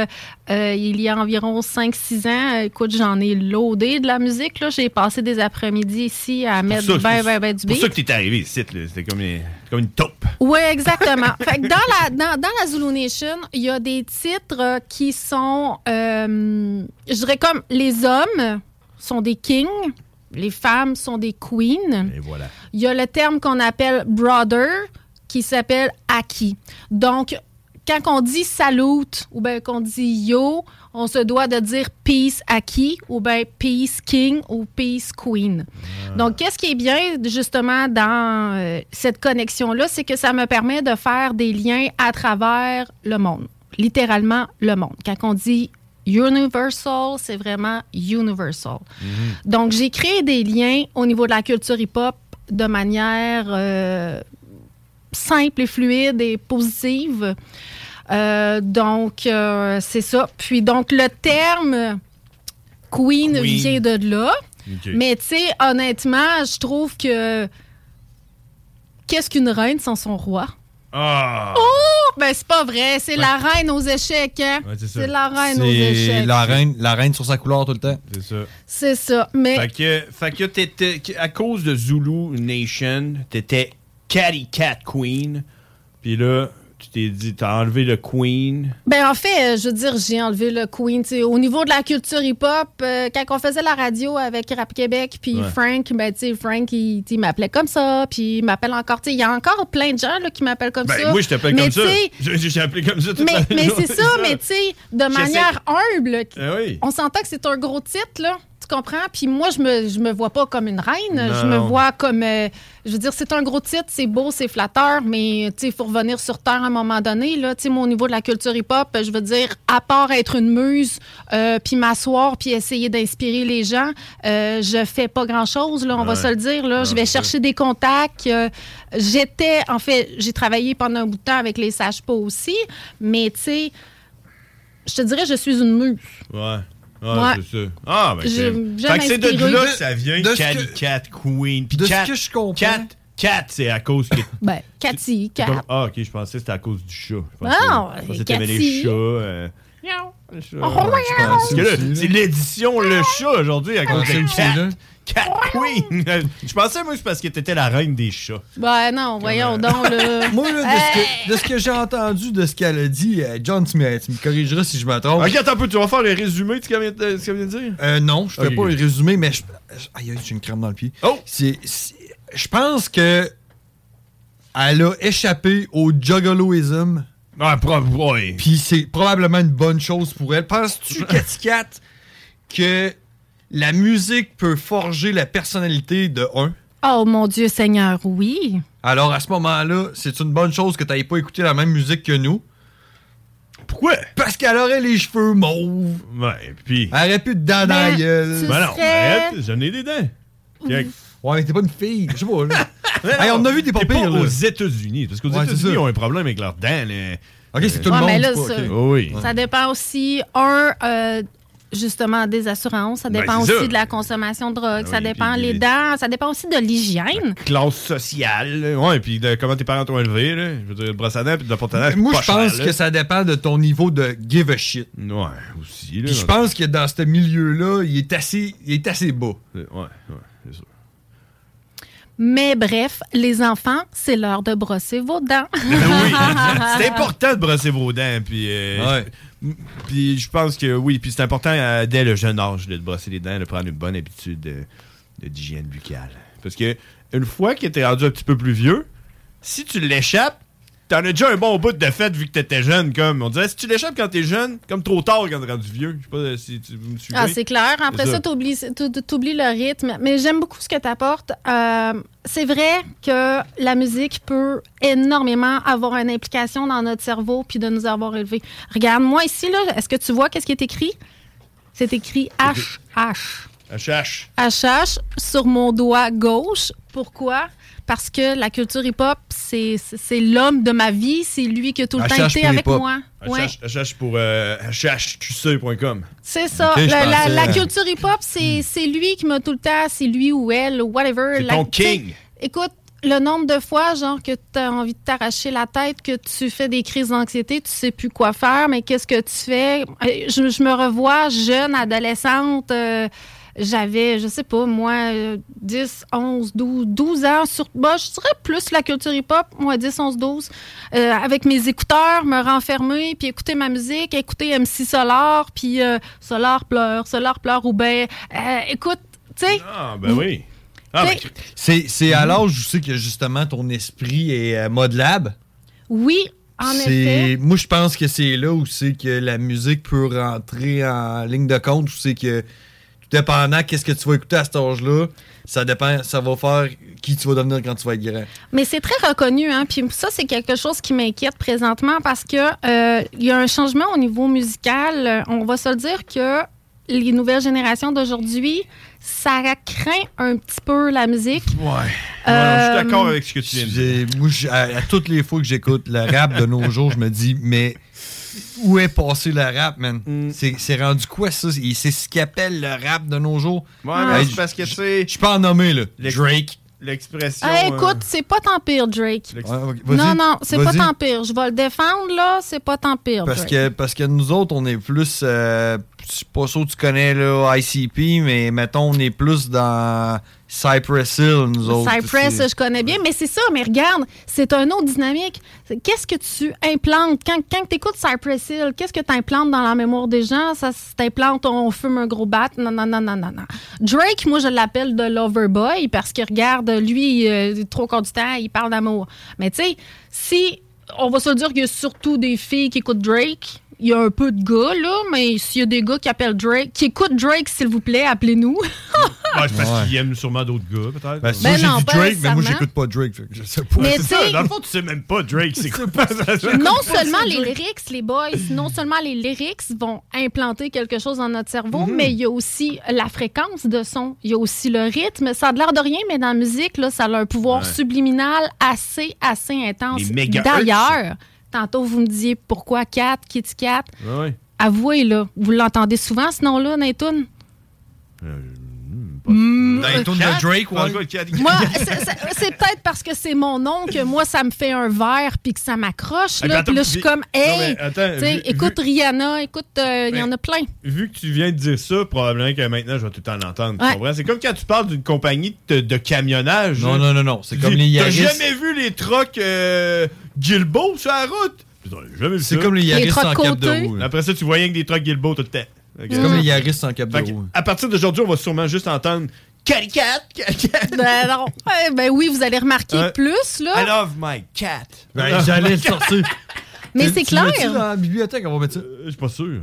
C: euh, il y a environ 5-6 ans, euh, écoute, j'en ai loadé de la musique. Là. J'ai passé des après-midi ici à
I: Pour
C: mettre
I: ça,
C: ben,
I: c'est-
C: ben, ben du
I: C'est pour
C: beat.
I: ça que t'es arrivé ici. là. C'était comme, une- comme une taupe.
C: Oui, exactement. fait que dans la, dans, dans la Zulu Nation, il y a des titres euh, qui sont, euh, je dirais comme les hommes sont des kings, les femmes sont des queens.
I: Et voilà.
C: Il y a le terme qu'on appelle brother qui s'appelle aki. Donc, quand on dit salute ou bien qu'on dit yo, on se doit de dire peace aki ou bien peace king ou peace queen. Donc, qu'est-ce qui est bien justement dans euh, cette connexion-là, c'est que ça me permet de faire des liens à travers le monde, littéralement le monde. Quand on dit universal, c'est vraiment universal. Donc, j'ai créé des liens au niveau de la culture hip-hop de manière euh, simple et fluide et positive. Euh, donc, euh, c'est ça. Puis, donc, le terme queen,
M: Queen.
C: vient de là.
M: Ok.
C: Mais, tu sais, honnêtement, je trouve que. Qu'est-ce qu'une reine sans son roi?
I: Ah!
C: Oh! Ben, c'est pas vrai. C'est la reine aux échecs, hein?
F: Ouais,
C: c'est
F: ça.
C: la reine aux
F: C'est
C: échecs.
F: la reine, la reine sur sa couleur tout le temps.
I: C'est ça.
C: C'est ça. Mais.
I: Fait que, fait que t'étais- que- à cause de Zulu Nation, t'étais Catty Cat Queen. Puis là, tu t'es dit, t'as enlevé le Queen.
C: Ben en fait, euh, je veux dire, j'ai enlevé le Queen. tu sais. Au niveau de la culture hip-hop, euh, quand on faisait la radio avec Rap Québec, puis
M: Ouais.
C: Frank, ben tu sais, Frank, il, tu sais, il m'appelait comme ça, puis il m'appelle encore. tu sais, Il y a encore plein de gens là, qui m'appellent comme
I: ben,
C: ça.
I: moi, je t'appelle
C: Mais
I: comme ça.
C: tu sais,
I: Je- je- J'ai appelé comme ça toute
C: Mais,
I: la
C: mais
I: journée,
C: c'est ça, mais tu sais, de
I: J'essaie-
C: manière humble,
I: Ah oui.
C: on s'entend que c'est un gros titre, là. Tu comprends? Puis moi, je me, je me vois pas comme une reine.
I: Non,
C: je me
I: non.
C: vois comme. euh, je veux dire, c'est un gros titre, c'est beau, c'est flatteur, mais tu sais, il faut revenir sur Terre à un moment donné. Là. Tu sais, moi, au niveau de la culture hip-hop, euh, je veux dire, à part être une muse, euh, puis m'asseoir, puis essayer d'inspirer les gens, euh, je fais pas grand-chose, là, on va
M: Ouais.
C: se le dire. Là.
M: Non,
C: je vais
M: c'est ça.
C: chercher des contacts. euh, J'étais, en fait, j'ai travaillé pendant un bout de temps avec les sages-pas aussi, mais tu sais, je te dirais, je suis une muse.
I: Ouais.
C: Ouais.
I: Ah, c'est ça. Ah, ben,
C: J'ai-
I: c'est.
C: j'aime
I: Fait que c'est de
C: inspirer.
I: là que ça vient,
C: De ce
I: Catty
C: que-
I: Cat Queen. Puis
C: de ce
I: Cat-
C: que je comprends.
I: Cat, Cat, c'est à cause que.
C: Ben, Cathy, Cap.
I: Ah, ok, je pensais que c'était à cause du chat. Je pensais-
C: Non,
I: je pensais que
C: Cathy.
I: t'aimais les chats. euh,
C: Miaou. hein?
I: Parce que là, c'est l'édition Le Chat aujourd'hui à cause
F: Ah, c'est
I: de
F: aussi, là.
I: Cat, Cat Queen. Je pensais, moi, c'est parce que t'étais la reine des chats.
C: Ben non, voyons donc, là.
F: Moi, là, de ce que, de ce que j'ai entendu de ce qu'elle a dit, euh, John, tu me, tu me corrigeras si je me trompe.
I: Ok, attends un peu, tu vas faire le résumé de ce qu'elle vient de ce qu'elle vient de dire?
F: Euh, non, je fais
I: Ok,
F: pas
I: ok. Oh.
F: un résumé, mais je. je- Aïe, aïe, j'ai une crème dans le pied. C'est- c'est- Je pense que. Elle a échappé au juggaloism.
I: Ah, ouais.
F: Puis c'est probablement une bonne chose pour elle. Penses-tu, Cathy Cat, que la musique peut forger la personnalité de un?
C: Oh mon Dieu Seigneur, oui.
F: Alors à ce moment-là, c'est une bonne chose que t'ailles pas écouté la même musique que nous.
I: Pourquoi?
C: Bah.
F: Parce qu'elle aurait les cheveux mauves.
I: Ouais, puis.
F: Elle aurait plus de dents dans la
I: Mais
F: gueule.
I: tu Ben non, serais- arrête, j'en ai des dents. Tiens.
F: Ouais, mais t'es pas une fille. Je sais pas, là. Hey, on a vu des
I: T'es
F: papiers.
I: pas
F: là.
I: aux États-Unis. Parce qu'aux
F: Ouais, c'est
I: États-Unis,
F: ça.
I: ils ont un problème avec leurs dents. là. Euh, oh
F: Ok, c'est
C: Ouais, mais là, ça,
I: Oui.
C: ça dépend aussi, un, euh, justement, des assurances, ça
I: Ben,
C: dépend aussi
I: c'est ça. Ben
C: de la consommation de drogue, ça
I: oui,
C: dépend
I: puis-
C: les dents, ça dépend aussi de l'hygiène.
I: Classe sociale. là. Ouais, puis de comment tes parents t'ont élevé. Là. Je veux dire, le brosse à dents puis de la porte à dents.
F: Moi,
I: pas
F: je pense
I: cher, là.
F: que ça dépend de ton niveau de give a shit.
I: Ouais, aussi. là.
F: Puis je pense que dans ce milieu-là, il est assez, il est assez bas.
I: Ouais, Euh, ouais, c'est sûr.
C: Mais bref, les enfants, c'est l'heure de brosser vos dents.
I: Ah ben c'est important de brosser vos dents. Puis, euh, je- puis je pense que oui. Puis c'est important euh, dès le jeune âge de te brosser les dents, de prendre une bonne habitude euh, de- d'hygiène buccale. Parce que une fois que t'es rendu un petit peu plus vieux, si tu l'échappes, t'en as déjà un bon bout de fête vu que t'étais jeune. Comme on dirait, si tu l'échappes quand t'es jeune, comme trop tard quand t'es rendu vieux. Je sais pas euh, si tu vous me suivez.
C: Ah, c'est clair. Après
I: C'est
C: ça, t'oublies t'ou- t'oublies le rythme. Mais j'aime beaucoup ce que t'apportes. Euh, c'est vrai que la musique peut énormément avoir une implication dans notre cerveau puis de nous avoir élevés. Regarde, moi ici, là, est-ce que tu vois qu'est-ce qui est écrit? C'est écrit HH.
I: HH.
C: HH sur mon doigt gauche. Pourquoi? Parce que la culture hip-hop, c'est c'est- c'est l'homme de ma vie. C'est lui qui a tout le temps
I: HH
C: été
I: pour
C: avec
I: hip-hop.
C: moi. Ouais.
I: HH, HH pour euh, HHQC.com.
C: C'est ça.
I: Ok, je
C: Le- la,
I: pensais-
C: la culture hip-hop, c'est c'est lui qui m'a tout le temps, c'est lui ou elle, ou whatever.
I: C'est
C: La-
I: ton
C: tu sais,
I: king.
C: Écoute, le nombre de fois, genre, que tu as envie de t'arracher la tête, que tu fais des crises d'anxiété, tu sais plus quoi faire, mais qu'est-ce que tu fais? Euh, Je, je me revois jeune, adolescente. euh, j'avais, je sais pas, moi, euh, 10, 11, 12, 12 ans. Sur, bah, je dirais plus la culture hip-hop, moi, 10, 11, 12. euh, avec mes écouteurs, me renfermer, puis écouter ma musique, écouter MC Solar, puis euh, Solar pleure, Solar pleure, ou ben, euh, écoute, tu sais.
I: Ah, ben oui. Ah, ben,
F: C'est c'est à l'âge où tu sais que justement ton esprit est euh, modelable.
C: Oui, en
F: C'est-
C: effet.
F: Moi, je pense que c'est là où c'est que la musique peut rentrer en ligne de compte. Où c'est que tout dépendant qu'est-ce que tu vas écouter à cet âge-là, ça dépend, ça va faire qui tu vas devenir quand tu vas être grand.
C: Mais c'est très reconnu, hein. Puis ça, c'est quelque chose qui m'inquiète présentement parce que euh, il y a un changement au niveau musical. Euh, On va se le dire que les nouvelles générations d'aujourd'hui, ça craint un petit peu la musique.
I: Ouais.
C: Euh,
I: je suis d'accord avec ce que tu viens de
F: dire. Moi, je- à, à toutes les fois que j'écoute le rap de nos jours, je me dis, mais où est passé le rap, man? C'est c'est rendu quoi, ça? C'est c'est ce qu'appelle le rap de nos jours.
I: Ouais,
C: Ah.
F: Hey,
I: mais c'est
F: je-
I: parce que c'est.
F: Je peux en nommer, là.
I: L'ex-
F: Drake.
I: L'expression.
C: Ah,
I: euh,
C: écoute, c'est pas tant pire, Drake.
F: Ouais, Ah, ok, vas-y.
C: Non, non, c'est pas
F: Vas-y.
C: tant pire. Je vais le défendre, là. C'est pas tant pire.
F: Parce
C: Drake.
F: que, parce que nous autres, on est plus. euh, je suis pas sûr que tu connais là, ICP, mais mettons, on est plus dans Cypress Hill, nous autres.
C: Cypress,
F: C'est-
C: je connais bien, mais c'est ça, mais regarde, c'est un autre dynamique. C'est- Qu'est-ce que tu implantes? Quand, quand tu écoutes Cypress Hill, qu'est-ce que tu implantes dans la mémoire des gens? Ça se t'implante, on fume un gros bat. Non, non, non, non, non, non. Drake, moi, je l'appelle The Lover Boy parce que, regarde, lui, euh, trop corps du temps, il parle d'amour. Mais tu sais, si on va se le dire qu'il y a surtout des filles qui écoutent Drake. Il y a un peu de gars, là, mais s'il y a des gars qui appellent Drake, qui écoutent Drake, s'il vous plaît, appelez-nous.
I: Ouais, c'est parce qu'il aime sûrement d'autres gars, peut-être.
F: Ben,
C: Ben
F: moi, j'ai
C: non,
F: dit
C: pas
F: Drake, mais moi,
C: nécessairement.
F: j'écoute pas Drake. fait que je sais pas.
C: Mais
I: c'est
C: tu
I: ça.
C: sais-
I: Dans le fond, tu sais même pas Drake, c'est quoi
C: non seulement les lyrics, les boys, non seulement les lyrics vont implanter quelque chose dans notre cerveau,
M: Mhm.
C: mais il y a aussi la fréquence de son, il y a aussi le rythme. Ça a de l'air de rien, mais dans la musique, là, ça a un pouvoir
M: Ouais.
C: subliminal assez, assez intense.
M: Les mégahertz.
C: D'ailleurs, tantôt, vous me disiez pourquoi 4, Kitty Cat.
I: Ouais.
M: Euh,
C: Avouez, là, vous l'entendez souvent ce nom-là, Nathan?
F: Dans les tunes
I: Cat?
F: de Drake,
I: Dans le
F: ouais.
I: gars, le Cat.
C: Moi, c'est- c'est c'est peut-être parce que c'est mon nom que moi, ça me fait un verre puis que ça m'accroche.
M: Ah,
C: Là,
M: mais
C: puis là,
M: attends,
C: je suis
M: vi-
C: comme, hey,
M: Non, mais attends,
C: tu sais,
M: vu-
C: écoute Rihanna, écoute, euh, il y en
M: Mais-
C: a plein.
M: Vu que tu viens de dire ça, probablement que maintenant, je vais tout le temps l'entendre. tu
C: Ouais.
M: comprends? C'est comme quand tu parles d'une compagnie de, de camionnage.
F: Non, non, non, non. C'est
M: Tu
F: comme
M: dis,
F: les
M: T'as
F: Yaris.
M: jamais vu les trucks euh, Gilbo sur la route? Putain, j'ai jamais vu
F: C'est
M: ça.
F: comme les Les Yaris trucks sans cap de côtés. roue, là.
M: Après ça, tu voyais que des trucks Gilbo tout le temps. Ok.
F: C'est comme les Yaris sans cap de
M: Fait que,
F: roue.
M: À partir d'aujourd'hui, on va sûrement juste entendre Caricat.
C: Ben, non. Eh, ben oui, vous allez remarquer
M: Ouais.
C: plus, là.
M: I love my cat.
F: Ben, j'allais le sortir.
C: Mais
F: Tu-
C: c'est
F: tu l'as-tu
C: clair.
F: dans la bibliothèque, on va mettre ça.
M: Euh, Je suis pas sûr.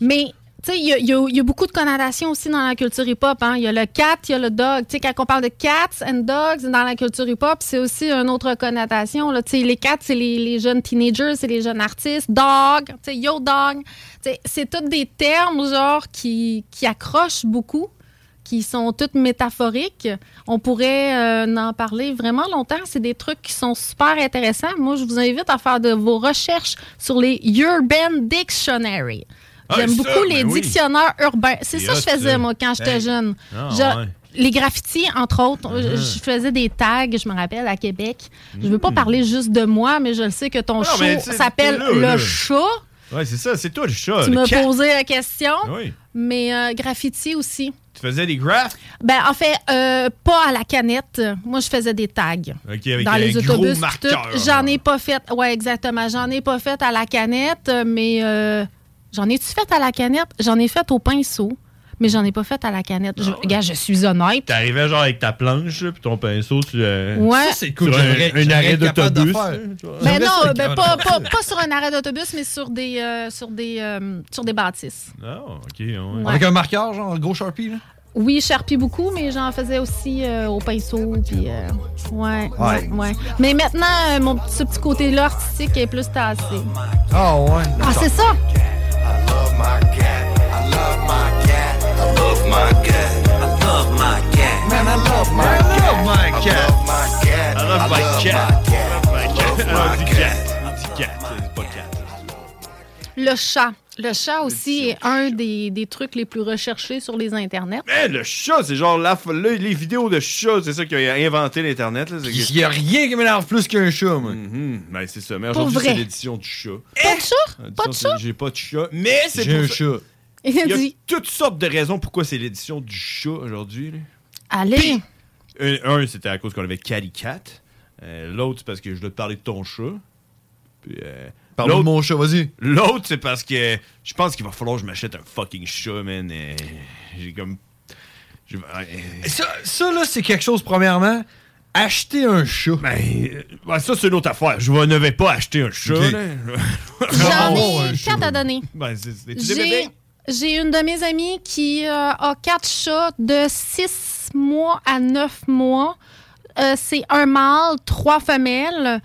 C: Mais tu sais, il y, a- il y a- il y a beaucoup de connotations aussi dans la culture hip-hop. hein. Il y a le cat, il y a le dog. Tu sais, quand on parle de cats and dogs dans la culture hip-hop, c'est aussi une autre connotation. là. Tu sais, les cats, c'est les, les jeunes teenagers, c'est les jeunes artistes. Dog, tu sais, yo dog. Tu sais, C'est tous des termes genre qui, qui accrochent beaucoup, qui sont toutes métaphoriques. On pourrait euh, en parler vraiment longtemps. C'est des trucs qui sont super intéressants. Moi, je vous invite à faire de vos recherches sur les Urban Dictionary.
M: Ah,
C: J'aime
M: ça,
C: beaucoup
M: ben
C: les
M: oui.
C: dictionnaires urbains. C'est
M: C'est
C: ça que je
M: hot,
C: faisais,
M: ça.
C: moi, quand j'étais
M: Hey.
C: jeune.
M: Ah,
C: Je-
M: ouais.
C: Les graffitis, entre autres, je-
M: Mhm.
C: je faisais des tags, je me rappelle, à Québec. Je veux pas parler juste de moi, mais je le sais que ton
M: Ah Hmm. non, mais
C: show
M: c'est-
C: s'appelle
M: c'est là,
C: Le
M: là.
C: Chat.
M: Ouais, c'est ça, c'est toi le chat.
C: tu
M: le
C: m'as
M: cat. Ah
C: posé la question,
M: Oui.
C: mais euh, graffiti aussi.
M: Tu faisais des graphs
C: Ben, en fait, euh, pas à la canette. Moi, je faisais des tags.
M: Ok, avec
C: dans
M: un
C: les
M: gros
C: autobus. puis
M: marqueur.
C: tout. J'en ai pas fait. Ouais, exactement. J'en ai pas fait à la canette, mais euh, j'en ai-tu fait à la canette? J'en ai fait au pinceau, mais j'en ai pas fait à la canette.
M: Ah
C: Je, regarde, je suis honnête.
M: T'arrivais genre avec ta planche, là, puis ton pinceau, tu. euh,
C: Ouais. Ça,
F: c'est cool,
M: sur un-
F: j'aimerais-
M: Un,
F: j'aimerais
M: arrêt
F: être capable
M: d'autobus.
F: de faire.
C: Ben non,
F: Reste-
C: ben pas, pas, pas sur un arrêt d'autobus, mais sur des, euh, sur, des, euh, sur des bâtisses.
M: Non, ok, ouais.
F: Avec un marqueur, genre, gros Sharpie, là.
C: Oui, charpie beaucoup, mais j'en faisais aussi euh, au pinceau. Puis, euh, ouais,
F: Ouais.
C: ouais. ouais. Mais maintenant, euh, mon, petit- ce petit côté-là artistique est plus tassé.
F: Ah, ouais.
C: Ah, c'est ça!
H: Man, I love my cat. I love my cat.
M: Ah, dit cat. Dit cat, c'est pas cat.
C: Le chat. Le chat aussi est un des, des trucs les plus recherchés sur les internets.
I: Hey, le chat, c'est genre la, f- le- les vidéos de chat, c'est ça qui a inventé l'Internet. Il
F: y a rien qui m'énerve plus qu'un chat, moi.
I: Ben, c'est ça. Mais
C: Pour
I: aujourd'hui,
C: vrai.
I: c'est l'édition du chat.
C: Pas de chat?
I: L'édition,
C: Pas de
I: Eh! c'est-
C: chat?
I: J'ai pas de chat, mais c'est
F: J'ai
I: pour
F: un
I: ça-
F: chat.
C: Il
I: Il y a
C: dit,
I: toutes sortes de raisons pourquoi c'est l'édition du chat aujourd'hui. là.
C: allez,
I: Un, un, c'était à cause qu'on avait Catty Cat. Euh, L'autre, c'est parce que je voulais te parler de ton chat. Puis, euh,
F: Parle-moi de
I: l'autre-
F: mon chat, vas-y.
I: L'autre, c'est parce que je pense qu'il va falloir que je m'achète un fucking chat, man. Euh, J'ai comme. j'ai- euh,
F: Ça, ça, là, c'est quelque chose, premièrement. Acheter un chat.
I: Ben, ouais, ça, c'est une autre affaire. Je vais- ne vais pas acheter un chat.
F: Ok.
I: là.
C: j'en ai quatre à donner.
I: Ben, c'est- c'est- c'est des
C: J'ai
I: bébés.
C: j'ai une de mes amies qui euh, a quatre chats de 6 mois à 9 mois. Euh, c'est un mâle, trois femelles.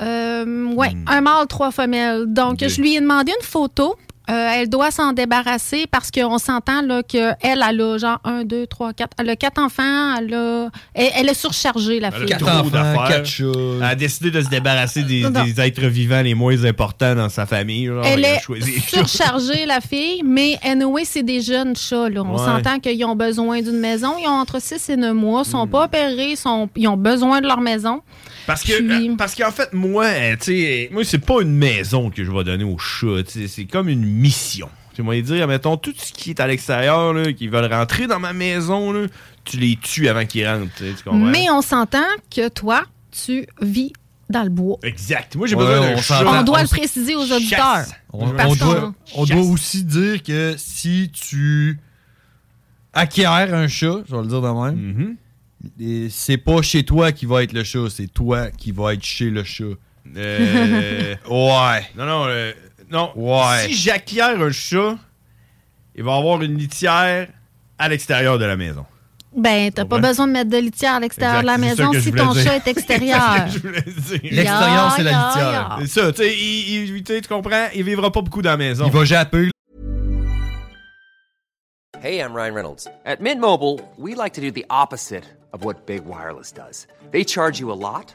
C: Euh, ouais, un mâle, trois femelles. Donc, je lui ai demandé une photo. Euh, elle doit s'en débarrasser parce qu'on s'entend là, qu'elle, elle a genre 1, 2, 3, 4. Elle a quatre enfants. Elle, a- elle, elle est surchargée, la
M: Elle
C: fille.
M: a trop d'affaires.
F: quatre
M: Elle a décidé de se débarrasser des,
C: Ah, non.
M: des êtres vivants les moins importants dans sa famille.
I: Ah,
M: genre,
C: Elle
M: a
C: est
M: choisi-
C: surchargée, la fille, mais anyway, c'est des jeunes chats. là. On
M: Ouais.
C: s'entend qu'ils ont besoin d'une maison. Ils ont entre 6 et 9 mois. Ils
I: Hmm.
C: sont pas opérés. Sont, ils ont besoin de leur maison.
I: Parce que euh, parce qu'en fait moi euh, tu sais moi c'est pas une maison que je vais donner au chat, tu sais, c'est comme une mission. Tu vas dire mettons tout ce qui est à l'extérieur là, qui veulent rentrer dans ma maison là, tu les tues avant qu'ils rentrent, tu sais, tu comprends
C: Mais on s'entend que toi, tu vis dans le bois.
I: Exact. Moi j'ai
F: Ouais,
I: besoin
F: on
I: d'un
F: s'entend.
I: chat.
C: On doit
F: on
C: le
F: s-
C: préciser aux auditeurs.
F: On, on
C: Parce
F: doit, on doit
C: Chasse.
F: aussi dire que si tu acquiers un chat, je vais le dire de
I: Mm.
F: même, et c'est pas chez toi qui va être le chat, c'est toi qui va être chez le chat.
I: Euh,
F: ouais.
I: Non non euh, non.
F: Ouais.
I: Si j'acquiers un chat, il va avoir une litière à l'extérieur de la maison.
C: Ben, t'as pas
I: Comprends?
C: besoin de mettre de litière à l'extérieur de
I: Ah Exact,
C: la
I: c'est ça
C: maison
I: que je
C: si
I: voulais
C: ton
I: dire.
C: chat est extérieur.
I: L'extérieur,
C: c'est la Ya, ya, litière. ya.
I: C'est ça, tu sais, il- il- tu sais, tu comprends, il vivra pas beaucoup dans la maison.
F: Il va japper.
N: Hey, I'm Ryan Reynolds. At Mint Mobile, we like to do the opposite of what Big Wireless does. They charge you a lot,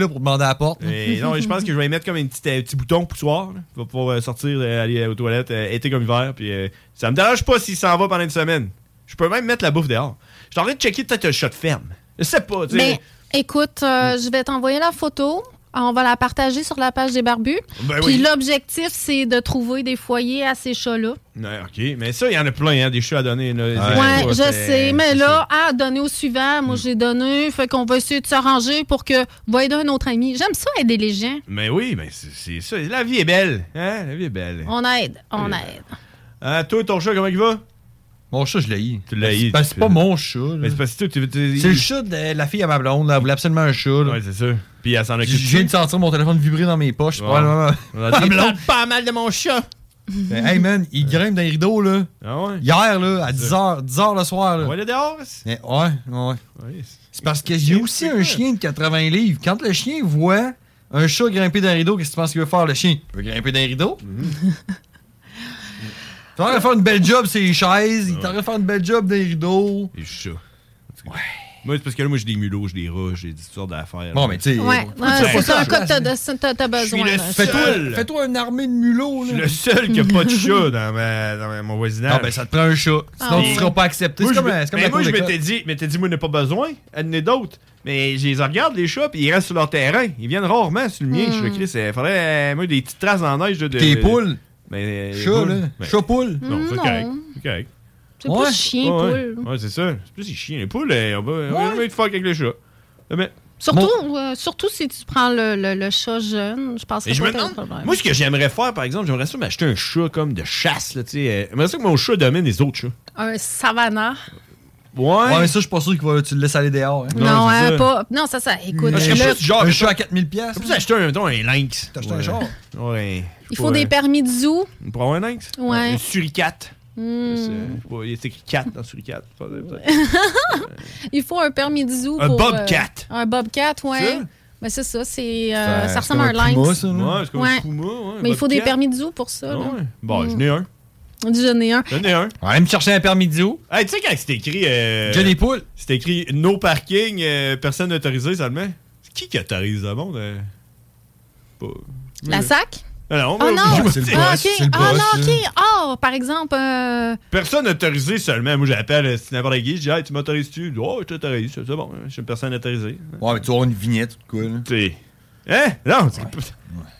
F: Là, pour demander à la porte.
I: Et non, je pense que je vais y mettre comme un petit, euh, petit bouton poussoir. là. Il va pouvoir euh, sortir, euh, aller aux toilettes, euh, été comme hiver. Puis euh, ça me dérange pas s'il s'en va pendant une semaine. Je peux même mettre la bouffe dehors. Je suis en train de checker peut-être un chat de ferme. Je sais pas, tu sais.
C: Mais écoute, euh, je vais t'envoyer la photo. On va la partager sur la page des barbus.
I: Ben
C: Puis
I: oui.
C: l'objectif, c'est de trouver des foyers à ces chats-là.
I: Ouais, ok, mais ça, il y en a plein, hein, des chats à donner. Là,
C: Ouais,
I: Écoute,
C: je
I: euh,
C: sais, mais là, à donner au suivant,
I: Mm.
C: moi j'ai donné, fait qu'on va essayer de s'arranger pour que va aider un autre ami. J'aime ça aider les gens.
I: Mais oui, mais c'est- c'est ça. La vie est belle. Hein? La vie est belle.
C: On aide, on aide.
I: Ah, toi, ton chat, comment il
F: Mm.
I: va?
F: Mon chat, je l'ai eu.
I: Tu l'as eu.
F: C'est parce- c'est pas mon chat. là.
I: Mais Ben, c'est parce que toi, tu- tu-
F: C'est le chat de la fille à ma blonde. là. Elle voulait absolument un chat.
I: Ouais, c'est sûr. Puis elle s'en
F: occupe. Je viens de sentir mon téléphone vibrer dans mes poches. Probablement. Ma
I: Il
F: blonde.
I: parle pas mal de mon chat.
F: Ben, hey man, il grimpe dans les rideaux là. Hier là, à 10h, 10h le soir. Là.
I: Ah Ouais, le dehors.
F: Mais ouais, ouais. C'est parce que j'ai aussi un chien de 80 livres. Quand le chien voit un chat grimper dans les rideaux, qu'est-ce que tu penses qu'il veut faire le chien? Il veut grimper dans les rideaux.
I: Mm.
F: Tu vas faire une belle job sur les chaises, il t'en va faire une belle job dans les rideaux.
I: Et chat. Ouais. Moi, c'est parce que là, moi, j'ai des mulots, j'ai des rats, j'ai des histoires d'affaires.
F: Bon, mais tu sais,
C: Ouais,
I: Pourquoi tu
C: ouais,
I: fais
C: c'est
I: pas
C: ça, un
I: ça?
C: cas que t'as de- t'as t'as besoin.
I: le
C: là.
I: seul.
F: Fais-toi fais-toi une armée de mulots. là.
I: Le seul qui a pas de chat dans, ma- dans ma- mon voisinage.
F: Non, ben, ça te prend un chat. Sinon, tu seras pas accepté.
I: Moi,
F: C'est
I: je
F: comme
I: me-
F: un- c'est comme
I: mais
F: la
I: moi,
F: cour
I: je
F: d'école.
I: m'étais dit, m'étais dit, moi, n'ai pas besoin, amenez d'autres. Mais je les regarde, les chats, puis ils restent sur leur terrain. Ils viennent rarement sur le mien.
F: Hmm.
I: Je le crie, c'est- faudrait, euh, moi, des petites traces en neige. De, de-
F: Tes poules.
I: Mais, euh,
F: Chat,
I: poules.
F: là.
I: Mais-
F: Chat-poule.
I: Non, c'est
F: Non.
I: correct. C'est correct.
F: C'est plus Ouais. chien,
I: Ouais, ouais.
C: poule.
I: Ouais, c'est ça. C'est plus les chiens. Les poules, euh, on va on va jamais être fuck avec les chats. Mais-
C: Surtout, euh, surtout si tu prends le, le- le chat jeune, je pense que
I: Et je me
C: c'est un
I: demande,
C: problème.
I: moi, ce que j'aimerais faire, par exemple, j'aimerais ça m'acheter un chat comme de chasse, là, tu sais. euh, J'aimerais ça que mon chat domine les autres chats.
C: Un savana.
I: Ouais.
F: Ouais, mais ça, je suis pas sûr que va- tu le laisses aller dehors. hein.
C: Non, hein, pas. Non, ça, ça. Écoute,
I: Moi, je
C: là,
I: serais plus du genre.
F: Un chat à 4000 pièces.
I: Je peux acheter un, mettons, un lynx. T'as
F: acheté un char?
I: Ouais.
C: il faut des permis de zoo.
I: Pour avoir un lynx?
C: Ouais.
I: Une suricate.
C: Hmm.
I: C'est, euh, je sais pas, Il est écrit 4 dans suricate. Pas- peut-être.
C: Il faut un permis de zoo
I: Un
C: pour,
I: bobcat.
C: euh, un bobcat, ouais.
I: Ça? Ben,
C: Mais c'est ça, c'est, euh,
I: C'est un-
C: ça ressemble à
I: c'est
C: un
I: comme un puma,
C: lynx.
I: ça, là. Ah Ouais, c'est comme un
C: Hmm. Ouais.
I: puma, ouais, un
C: Mais il faut des
I: bobcat.
C: permis de hein. Hmm. zoo pour ça. là. hein.
I: Bon, je n'ai un.
C: On dit j'en ai un.
I: J'en ai un.
F: On va me chercher un permis de zoo.
I: Hey, tu sais, quand c'est écrit. Euh,
F: Johnny Pool.
I: C'est écrit no parking, euh, personne autorisée seulement. C'est qui qui autorise le monde? euh? Pas-
C: La sac?
I: Ah non,
C: Oh
I: mais-
C: non!
I: C'est le
C: ah,
I: boss,
C: ok.
I: c'est le
C: Ah
I: boss,
C: non,
I: là.
C: ok. Ah, par exemple, euh,
I: Personne autorisée seulement. Moi, j'appelle euh, c'est n'importe qui. Je dis, hey, tu m'autorises-tu? Oh, je t'autorise. C'est bon, je suis une personne autorisée.
F: Ouais, mais tu auras une vignette ou quoi, là.
I: T'es. Hein? Non, c'est-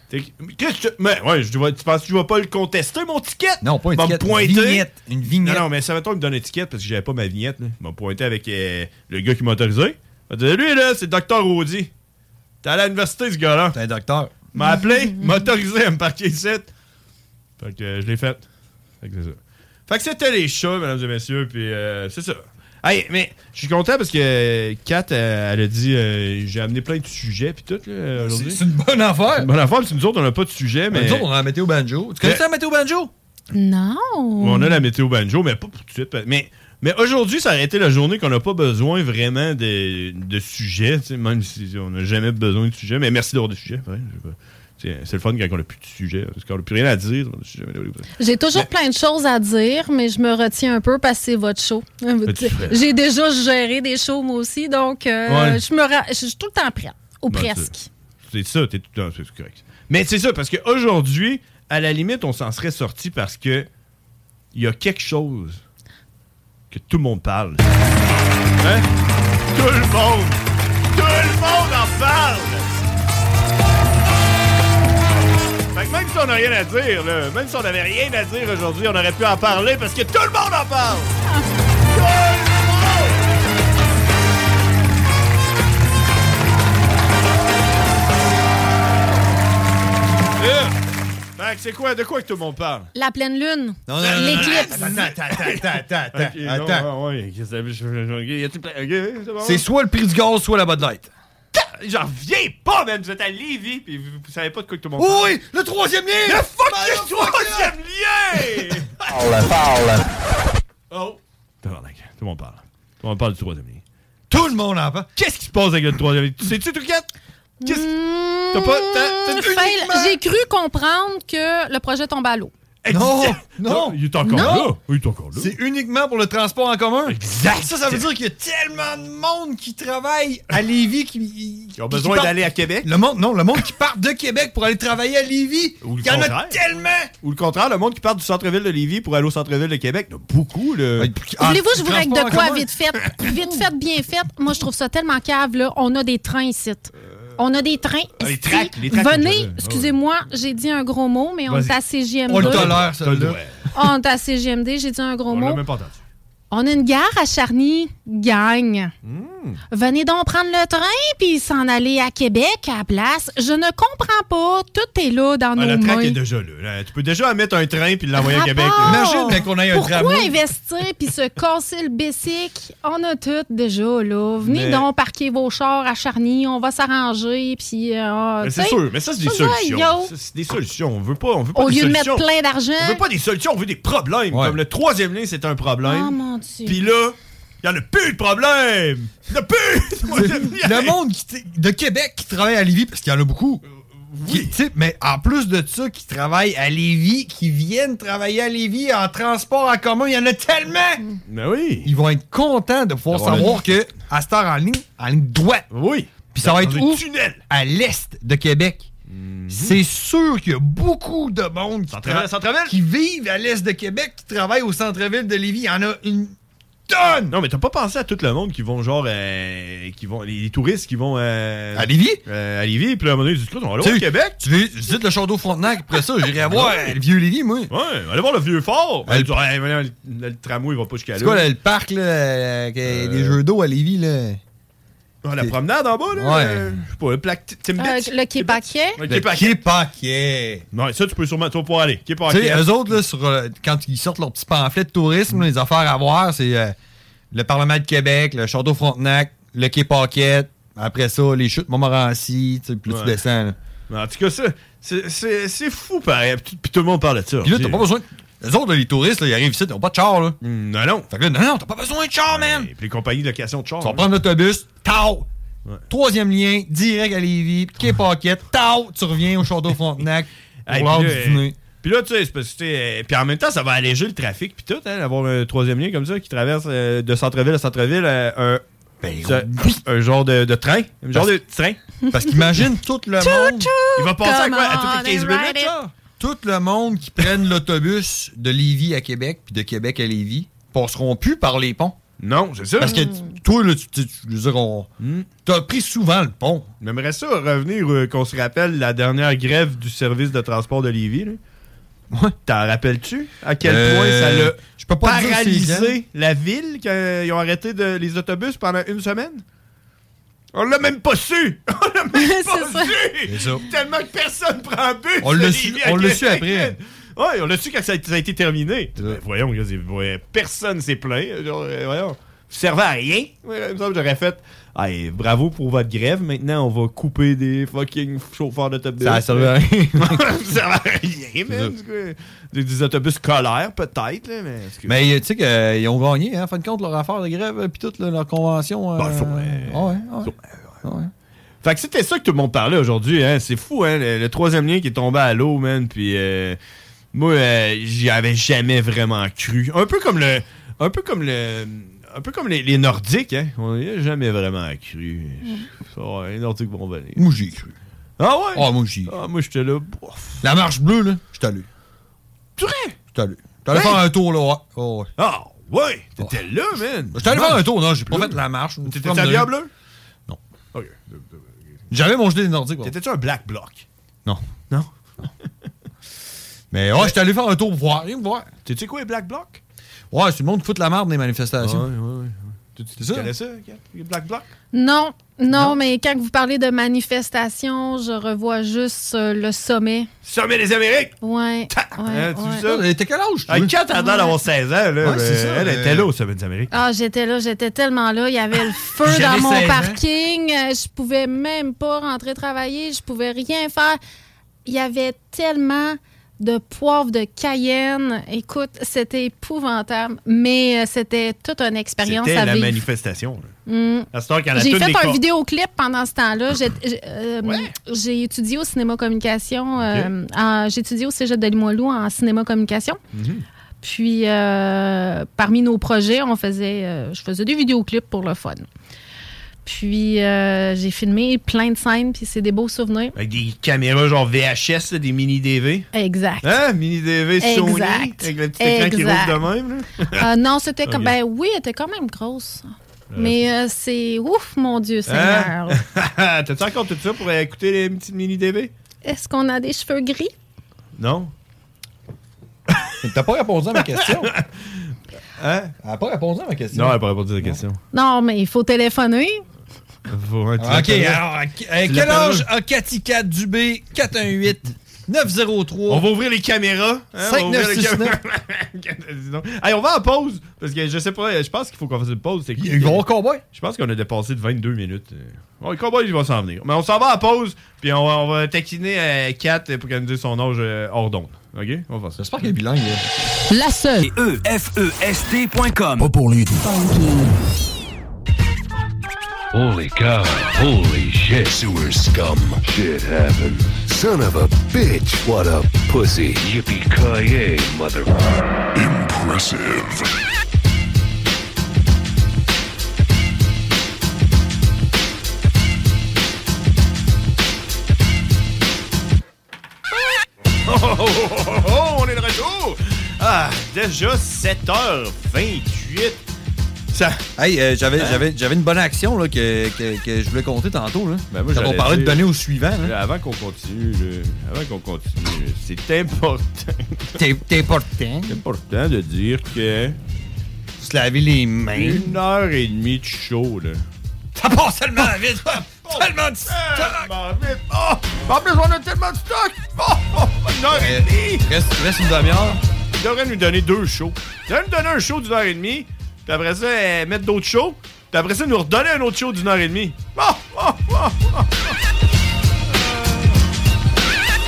I: T'es- Qu'est-ce que tu. Mais ouais, je dois- tu penses que tu vas pas le contester, mon ticket?
F: Non, pas une
I: M'a
F: étiquette, une
I: pointé.
F: vignette, une vignette.
I: Non, non, mais ça va toi me donne une étiquette parce que j'avais pas ma vignette. là. Il m'a pointé avec euh, le gars qui m'a autorisé. Il m'a dit, lui, là, c'est le docteur Audi. T'es allé à l'université, ce gars-là. T'es
F: un docteur.
I: Il m'a appelé, il m'a autorisé à me parquer ici. Fait que euh, je l'ai fait. Fait que c'est ça. Fait que c'était les chats, mesdames et messieurs, puis euh, c'est ça. Hey, mais je suis content parce que Kat, euh, elle a dit euh, j'ai amené plein de sujets, puis tout, là, aujourd'hui.
F: C'est une bonne affaire.
I: Bonne affaire, parce que nous autres, on n'a pas de sujet, mais.
F: Nous autres, on a la météo banjo. Tu connais
I: Mais-
F: ça, la météo banjo?
C: Non.
I: On a la météo banjo, mais pas pour tout de suite. Mais, mais aujourd'hui, ça a été la journée qu'on n'a pas besoin vraiment de, de sujets, tu sais, même si on n'a jamais besoin de sujets. Mais merci d'avoir des sujets. ouais, je sais pas. Tu sais, C'est le fun quand on n'a plus de sujets, parce qu'on n'a plus rien à dire. on a des sujets, mais là, oui,
C: j'ai toujours plein de choses à dire, mais je me retiens un peu parce que c'est votre show.
I: Petit frère.
C: J'ai déjà géré des shows, moi aussi, donc euh,
I: Ouais.
C: je, me ra- je suis tout le temps prêt, ou
I: Ben,
C: presque.
I: C'est c'est ça, t'es tout le temps- c'est correct. Mais c'est ça, parce qu'aujourd'hui, à la limite, on s'en serait sorti parce que il y a quelque chose que tout le monde parle. Hein? Tout le monde! Tout le monde en parle! Fait que même si on n'a rien à dire, là, même si on n'avait rien à dire aujourd'hui, on aurait pu en parler parce que tout le monde en parle! Tout le monde! Fait que c'est quoi? De quoi que tout le monde parle?
C: La pleine lune.
I: Non, non, non, non,
C: L'éclipse.
I: non, non, attends, attends, attends, attends,
F: Ok, non,
I: attends. attends.
F: C'est soit le prix du gaz, soit la Bud Light.
I: J'en reviens pas, man! Vous êtes à Lévis, pis vous, vous savez pas de quoi que tout le monde parle.
F: Oui, le troisième lien!
I: Le fucking troisième lien!
F: Parle, parle.
I: Oh! Tabarnak, tout le monde parle.
M: Tout le monde parle du troisième lien.
F: Tout le monde en parle. Mm.
I: Qu'est-ce qui se passe avec le troisième lien? Sais-tu, Truquette? Qu'est-ce T'as pas. t'as- t'as
C: Fail.
I: uniquement-
C: J'ai cru comprendre que le projet tombe à l'eau.
F: Non, non,
M: Il est encore
F: Non.
M: là. Il est encore là.
F: C'est uniquement pour le transport en commun.
M: Exact.
F: Ça, ça veut dire qu'il y a tellement de monde qui travaille à Lévis qui.
I: Ils ont besoin d'aller à Québec.
F: Le monde, non, le monde qui part de Québec pour aller travailler à Lévis.
I: Ou le
F: Il y en a
I: contraire.
F: tellement.
I: Ou le contraire, le monde qui part du centre-ville de Lévis pour aller au centre-ville de Québec, il y en a beaucoup, là.
C: Ah, Voulez-vous que je vous règle de quoi vite fait? Vite fait, bien fait. Moi, je trouve ça tellement cave, là. On a des trains ici. On a des trains.
I: Ah, les
C: ici.
I: tracks, les tracks, les
C: Venez,
I: tracks.
C: excusez-moi, j'ai dit un gros mot, mais on
I: Vas-y.
C: est à CGMD.
I: On le tolère,
F: celle-là.
C: On est à CGMD, j'ai dit un gros
M: On l'a
C: mot.
M: même pas entendu.
C: On a une gare à Charny, gagne.
I: Hmm.
C: Venez donc prendre le train puis s'en aller à Québec à la place. Je ne comprends pas. Tout est là dans
I: Ah,
C: nos
I: le train
C: mains.
I: est déjà là, là. Tu peux déjà mettre un train puis l'envoyer à Québec.
C: Rapport.
I: là.
C: Pourquoi investir puis se casser le bessic? On a tout déjà, là. Venez
I: Mais-
C: donc parquer vos chars à Charny, on va s'arranger, puis... euh,
I: Mais
C: tu
I: c'est
C: sais,
I: sûr, mais ça, c'est des
C: ça, yo.
I: solutions. Ça, C'est des solutions. On veut pas, on veut pas
C: Au
I: des
C: lieu de
I: solutions.
C: mettre plein d'argent...
I: On veut pas des solutions, on veut des problèmes. Comme le troisième lien, c'est un problème.
C: Ah, mon Dieu.
I: Puis là, il y en a plus de problème. Il y en a plus de problème.
F: Le monde qui t- de Québec qui travaille à Lévis, parce qu'il y en a beaucoup.
I: Euh,
F: Qui- tu sais, mais en plus de ça, qui travaillent à Lévis, qui viennent travailler à Lévis en transport en commun, il y en a tellement!
C: Mm.
I: Mais Ben oui!
F: Ils vont être contents de pouvoir
I: D'avoir
F: savoir
I: le-
F: que à cette heure en ligne, en ligne droite.
I: Oui.
F: Puis ça va
I: Dans
F: être
I: un
F: où?
I: tunnel.
F: À l'est de Québec. C'est sûr qu'il y a beaucoup de monde qui,
I: Mm-hmm. Centre-ville, centre-ville?
F: qui vivent à l'est de Québec, qui travaillent au centre-ville de Lévis. Il y en a une tonne!
I: Non, mais t'as pas pensé à tout le monde qui vont, genre, euh, qui vont, les, les touristes qui vont. euh,
F: À Lévis?
I: euh, à Lévis, puis là, à un moment donné, ils disent, écoute, on va aller
F: Tu
I: au
F: sais,
I: Québec.
F: Tu veux- visite le château Frontenac, après ça, j'irai voir euh,
I: Ouais.
F: le vieux Lévis, moi.
I: Ouais, allez voir le vieux fort. Ben, ils disent, Hey, venez, le, le tramway, il va pas jusqu'à là.
F: C'est quoi là, le parc là, euh, que- des jeux d'eau à Lévis là?
I: Ah, la promenade en bas, là.
F: Ouais.
I: euh, Je sais pas, le plaque.
C: Euh, le Québec.
I: Le
F: Képaquet.
I: Non, ça, tu peux sûrement. Tu vas pouvoir aller.
F: Tu sais, eux autres, là, sur, euh, quand ils sortent leur petit pamphlet de tourisme, là, les affaires à voir, c'est euh, le Parlement de Québec, le Château Frontenac, le Quai Paquet, après ça, les chutes Montmorency, tu sais, puis là, tu
I: Ouais.
F: descends. là.
I: En tout cas, ça, c'est- c'est c'est fou, pareil. Puis tout- puis tout le monde parle de ça.
F: Puis là, t'as pas besoin. Les autres, là, les touristes, là, ils arrivent ici, ils n'ont pas de char. Là.
I: Non, non.
F: Fait que là, non, non, t'as pas besoin de char, man.
I: Puis les compagnies de location de hein. char.
F: Tu vas prendre l'autobus, tao! Troisième lien, direct à Lévis, Quai Paquet, tao! Tu reviens au Château Frontenac pour
I: Hey,
F: l'heure
I: puis
F: du
I: là, euh,
F: dîner.
I: Puis là, tu sais, c'est parce que, tu sais, euh, puis en même temps, ça va alléger le trafic, puis tout, hein, d'avoir un troisième lien comme ça qui traverse euh, de centre-ville à centre-ville euh, un, ça- un genre de, de train. Un genre de train.
F: Eh Parce qu'imagine tout le monde.
I: Il va passer à quoi À toutes les 15
C: Come on and
I: minutes,
C: ride
I: genre?
C: it.
F: Tout le monde qui prenne l'autobus de Lévis à Québec puis de Québec à Lévis passeront plus par les ponts.
I: Non, c'est ça.
F: Parce que t- toi, là, tu, tu- tu- je veux dire, on-
I: Hmm.
F: t'as pris souvent le pont.
I: J'aimerais ça revenir, euh, qu'on se rappelle la dernière grève du service de transport de Lévis. là. T'en rappelles-tu? À quel
F: Euh,
I: point ça l'a
F: je peux pas dire c'est grand.
I: paralysé la ville qu'ils ont arrêté de- les autobus pendant une semaine? On l'a même pas su! On l'a même pas su!
F: ça.
I: Tellement que personne prend un bus!
F: On
I: de
F: l'a
I: Lévis
F: su-
I: à
F: on l'a
I: Québec.
F: su après.
I: Ouais, on l'a su quand ça a, ça a été terminé. Ben, voyons, gars, c'est- ouais, personne s'est plaint. Genre, euh, voyons. Ça servait à rien. Ouais, il me semble que j'aurais fait. Hey, bravo pour votre grève. Maintenant, on va couper des fucking chauffeurs d'autobus.
F: Ça a servi à rien.
I: ça servait à rien, man. du coup. Des, des autobus scolaires, peut-être, là, mais. excuse-
F: Mais euh, tu sais qu'ils ont gagné, hein, en fin de compte, leur affaire de grève euh, puis toute là, leur convention.
I: Ben,
F: euh, ouais, ah ouais.
I: Fait que c'était ça que tout le monde parlait aujourd'hui, hein. C'est fou, hein. Le, le troisième lien qui est tombé à l'eau, man. Puis euh, moi, euh, j'y avais jamais vraiment cru. Un peu comme le, un peu comme le, un peu comme les, les Nordiques, hein. On n'y a jamais vraiment cru. Oh, les Nordiques vont venir.
F: Moi, j'y ai cru.
I: Ah ouais.
F: Ah, moi, j'y ai
I: Ah, moi, j'étais là.
F: La marche bleue, là, je t'allais.
I: Tu rêves?
F: J'étais allé. J'étais allé
I: Hey!
F: faire un tour, là, ouais. Oh, ouais.
I: Ah, ouais. T'étais là, man.
F: J'étais allé faire un tour, non, j'ai pas fait la marche.
I: T'étais habillé en bleu?
F: Non.
I: Ok.
F: J'avais mon gilet des Nordiques. ouais.
I: T'étais-tu un black bloc?
F: Non.
I: Non.
F: Mais ouais, j'étais allé faire un tour pour voir. Rien me voir.
I: T'es-tu quoi, les black bloc?
F: Ouais, c'est le monde qui fout la merde des manifestations.
I: ouais, ouais. Tu, tu connais ça, Kat? Les Black Bloc?
C: Non, non, mais quand vous parlez de manifestation, je revois juste euh, le sommet.
I: Sommet des Amériques!
C: Ouais. ouais,
I: Hein, tu
C: ouais.
I: sais ça? Elle était quel âge? Kat elle a l'air d'avoir 16 ans. Là, mais
F: c'est ça,
I: elle
F: mais-
I: était là au Sommet des Amériques.
C: Ah, j'étais là, j'étais tellement là. Il y avait le feu
I: J'avais
C: dans mon
I: 16 ans.
C: parking. Euh, Je pouvais même pas rentrer travailler. Je pouvais rien faire. Il y avait tellement de poivre de Cayenne. Écoute, c'était épouvantable, mais euh, c'était toute une expérience
I: C'était
C: à
I: la
C: vivre.
I: manifestation. là.
C: Mm.
I: À cette heure qu'il y en a
C: J'ai
I: toutes
C: fait
I: des Ah,
C: un
I: cor-
C: vidéoclip pendant ce temps-là. J'ai j'ai- euh, j'ai étudié au cinéma communication. euh, en- j'ai étudié au Cégep de Limoilou en cinéma communication.
I: Mhm.
C: Puis, euh, parmi nos projets, on faisait, euh, je faisais des vidéoclips pour le fun. Puis, euh, j'ai filmé plein de scènes, puis c'est des beaux souvenirs.
I: Avec des caméras genre VHS, là, des mini-DV.
C: Exact.
I: Hein? Mini-DV Sony.
C: Exact.
I: Avec le petit écran qui
C: Exact.
I: roule de même. là.
C: Euh, non, c'était
I: Ah,
C: comme.
I: bien.
C: Ben oui, elle était quand même grosse. Mais euh, c'est. Ouf, mon Dieu, Seigneur.
I: Hein? T'as-tu encore tout ça pour écouter les petites mini-DV?
C: Est-ce qu'on a des cheveux gris?
I: Non.
F: T'as pas répondu à ma question. Hein? Elle a pas répondu à ma question.
I: Non, elle n'a pas répondu à la question.
C: Non, mais il faut téléphoner.
I: Faut- tu
F: Ok,
I: l'appelles-
F: alors, à- à
I: tu
F: quel
I: l'appelles-
F: âge a Cathy Cat Dubé 418 903
I: On va ouvrir les caméras. hein, on va ouvrir les
F: 5969
I: caméras. Dis donc. Hey, on va en pause. Parce que je sais pas, je pense qu'il faut qu'on fasse une pause. C'est
F: Ils vont au cowboy?
I: Je pense qu'on a dépassé de 22 minutes. Euh, Bon, le cowboy, il va s'en venir. Mais on s'en va à pause, puis on va, on va taquiner euh, Kat pour qu'elle nous dise son âge euh, hors d'onde. OK? On va faire ça. J'espère qu'elle est bilingue.
L: La seule. Et E F E S T.com. Pas pour les
E: Holy cow. Holy shit. Sewer scum. Shit happened. Son of a bitch. What a pussy. Yippee-ki-yay, mother... Impressive.
I: Oh, oh, oh, oh, oh, on est de retour! Ah, déjà 7h28. Ça...
F: Hey, euh, j'avais, j'avais, j'avais une bonne action là, que, que- que je voulais compter tantôt. Là. Ben,
I: moi,
F: Quand on
I: j'allais
F: parlait de
I: dire-
F: donner au suivant. hein? là.
I: Là, Euh, avant qu'on continue, là, avant qu'on continue, là, c'est important.
F: C'est important.
I: C'est important de dire que.
F: Se laver les mains.
I: Une heure et demie de show, là.
F: Ça passe tellement vite! tellement de
I: stock! Eh, Oh! En plus, on a tellement de stock! Oh! oh, une heure et demie!
F: Eh, Reste, reste une demi-heure.
I: Il devrait nous donner deux shows. Il devrait nous donner un show d'une heure et demie, puis après ça, euh, mettre d'autres shows, puis après ça, nous redonner un autre show d'une heure et demie. Oh! Oh! Oh! oh.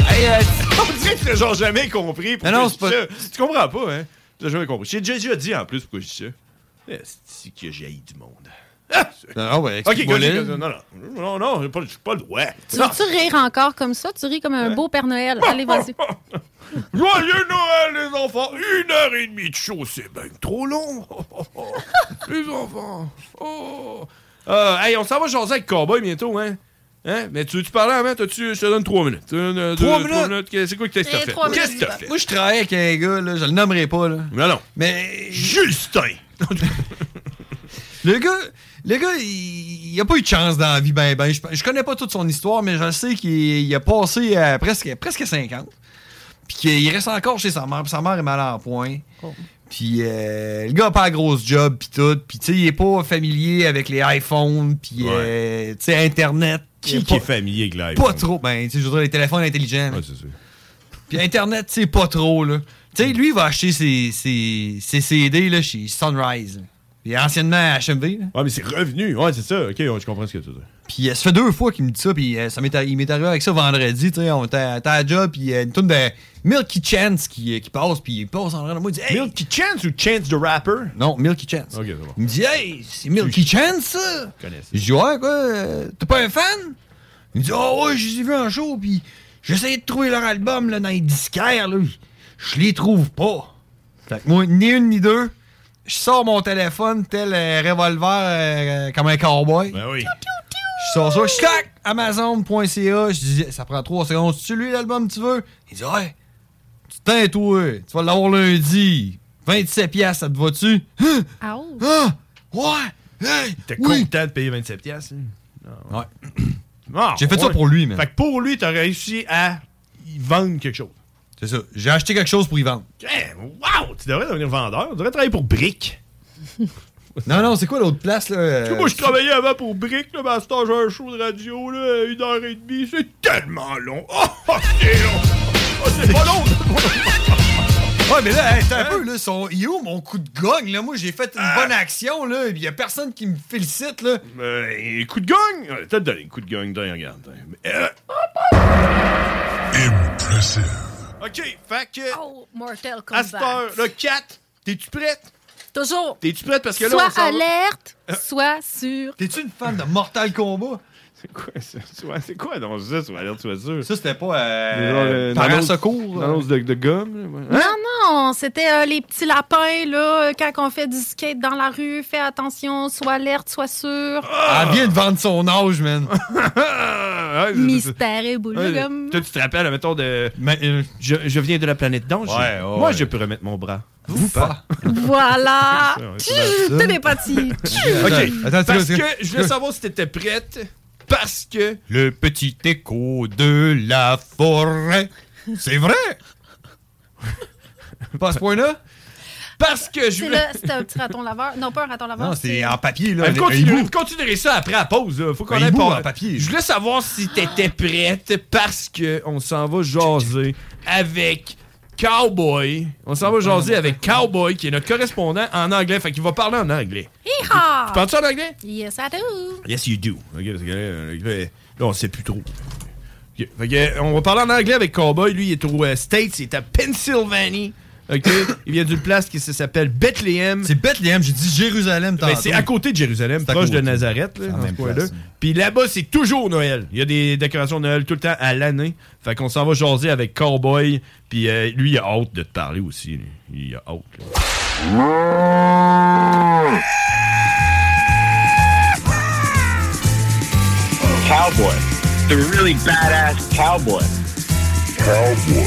I: Hey, euh, on dirait que t'as genre jamais compris. pourquoi
F: Non, non,
I: je
F: c'est
I: dis ça. Tu comprends pas, hein? T'as jamais compris. J'ai déjà- déjà dit en plus pourquoi je dis ça. C'est que j'ai du monde. Ah!
F: Non, non, ouais,
I: Ok,
F: explique-moi
I: continue,
F: le.
I: continue. non, non, non, non, j'ai pas, j'ai pas le droit.
C: Tu
I: Non.
C: veux-tu rire encore comme ça? Tu ris comme un beau Père Noël. Allez, vas-y.
I: Joyeux Noël, les enfants! Une heure et demie de show, c'est bien trop long! Oh, oh, oh. les enfants! Oh. Euh, hey, on s'en va jaser avec Cowboy bientôt, hein? Hein? Mais tu veux-tu parler avant? T'as-tu- Je te donne trois minutes. Tu donnes, euh,
F: Trois
I: deux-
F: minutes?
I: Qu'est- C'est quoi que t'as
F: Eh,
I: fait?
F: trois
I: Qu'est-ce que
F: minutes.
I: t'as fait?
F: Moi, je travaille avec un gars, là, je le nommerai pas. Là.
I: Non, non.
F: Mais.
I: Justin!
F: le gars, le gars il, il a pas eu de chance dans la vie, ben, ben. Je, je connais pas toute son histoire, mais je sais qu'il il a passé à presque, presque 50. Puis qu'il reste encore chez sa mère, puis sa mère est mal en point. Puis euh, le gars a pas un gros job, puis tout. Puis tu sais, il est pas familier avec les iPhones, puis euh, tu sais, Internet. Il
I: Qui,
F: est
I: qui
F: pas-
I: est familier avec l'iPhone?
F: pas trop. Ben, tu sais, je veux dire, les téléphones intelligents.
I: Ouais, c'est sûr.
F: Puis Internet, c'est pas trop, là. Tu sais, lui, il va acheter ses, ses, ses CD là, chez Sunrise. Puis anciennement HMV. Là.
I: Ouais, mais c'est revenu. Ouais, c'est ça. Ok, ouais, je comprends ce que tu veux dire.
F: Puis euh, ça fait deux fois qu'il me dit ça. Puis euh, ça m'est arri- il m'est arrivé avec ça vendredi. Tu sais, on était à était à la job. Puis euh, une tourne de Milky Chance qui, euh, qui passe. Puis il passe en rentrant. Moi, il dit Hey!
I: Milky Chance ou Chance the Rapper?
F: Non, Milky Chance.
I: Ok, c'est bon.
F: Il me dit Hey, c'est Milky Chance, ça!
I: Je connais ça.
F: Je dis, ouais, quoi, euh, t'es pas un fan? Il me dit, ah ouais, j'ai vu un show, puis j'essayais de trouver leur album là, dans les disquaires, là. Je les trouve pas. Fait que moi, ni une ni deux, je sors mon téléphone tel euh, revolver euh, comme un cowboy.
I: Ben oui.
F: Je sors ça, clac, Amazon.ca, je dis, ça prend trois secondes, c'est lui l'album que tu veux? Il dit, ouais, tu teins toi, tu vas l'avoir lundi. 27 piastres, ça te va-tu? Hein?
C: Ah,
F: ouais! Hey!
I: T'es
F: Oui!
I: content de payer 27$? piastres, hein?
F: Ouais.
I: Ah,
F: J'ai fait ça
I: ouais.
F: pour lui, man.
I: Fait que pour lui, t'as réussi à y vendre quelque chose.
F: C'est ça. J'ai acheté quelque chose pour y vendre.
I: Eh, wow! Tu devrais devenir vendeur. Tu devrais travailler pour Brick. Non, non, c'est quoi l'autre place, là? euh,
F: Moi, je travaillais avant pour Brick, là, mais à ce temps, j'ai un show de radio, là, une heure et demie. C'est tellement long. Oh, oh, c'est long. Oh, c'est pas long. Hein?
I: Ouais, mais là, hey,
F: Euh,
I: c'est un peu, là, son yo, mon coup de gogne, là. Moi, j'ai fait une bonne action, là, il y a personne qui me félicite, là.
F: Mais, coup de gagne! Ah, T'as donné un coup de gagne, d'ailleurs, regarde. Euh, OK, fait que.
C: Oh, Mortal
F: À cette heure,
C: Kombat.
F: le 4, t'es-tu prête?
C: Toujours.
F: T'es-tu prête? Parce que là, on
C: Soit
F: s'en va- Euh.
C: alerte, soit sûre.
I: T'es-tu une fan de Mortal Kombat?
F: C'est quoi ça? Soit- C'est quoi, non, ça? Tu vas aller, tu vas sûr.
I: Ça, c'était pas.
F: Euh,
I: par
F: une
I: un
F: annonce-
I: secours,
F: une
I: euh.
F: annonce de, de gomme. là, ouais.
C: Non, non, c'était euh, les petits lapins, là, euh, quand on fait du skate dans la rue, fais attention, sois alerte, sois sûre.
I: Elle vient de vendre son âge, man.
F: Ah,
C: Mystère et boule de
F: Ouais,
C: gomme.
F: Toi, tu te rappelles, mettons, de. je, je viens de la planète Danger.
I: Ouais, ouais,
F: Moi,
I: ouais.
F: je peux remettre mon bras. Vous pas.
C: Voilà.
F: Ouais,
C: Tchou,
F: c'est
C: T'es des pâtis.
F: OK.
I: Attends, attends,
F: parce
I: attends.
F: que je voulais savoir si t'étais prête. Parce que.
I: Le petit écho de la forêt. C'est vrai? pas à ce point-là?
F: Parce que je
C: C'est
F: voulais.
C: le- c'est un petit raton laveur. Non, pas un raton laveur.
I: Non, c'est en papier, là.
F: Hey,
I: un- un
F: Ben, continue-
I: hibou.
F: continuerez ça après la pause. là. Faut qu'on
I: Un
F: aille
I: hibou
F: pas-
I: en papier.
F: Je voulais savoir si t'étais prête parce que on s'en va jaser avec Cowboy. On s'en va jaser avec Cowboy qui est notre correspondant en anglais. Fait qu'il va parler en anglais.
C: Hi-ha!
F: Tu parles-tu en anglais?
C: Yes, I do.
F: Yes, you do. OK, parce que là, là, là, on sait plus trop. OK, fait que, euh, on va parler en anglais avec Cowboy. Lui, il est aux euh, States. Il est à Pennsylvanie. OK? il vient d'une place qui s'appelle Bethlehem. C'est
I: Bethlehem. J'ai dit Jérusalem
F: Mais
I: tantôt.
F: Ben, c'est à côté de Jérusalem,
I: à
F: proche de
I: côté.
F: Nazareth.
I: C'est
F: Là,
I: la
F: dans ce
I: même
F: coin-là.
I: place,
F: Puis là-bas, c'est toujours Noël. Il y a des décorations de Noël tout le temps à l'année. Fait qu'on s'en va jaser avec Cowboy. Puis euh, lui, il a hâte de te parler aussi. lui. Il a hâte. là.
A: Cowboy. The really badass cowboy. Cowboy.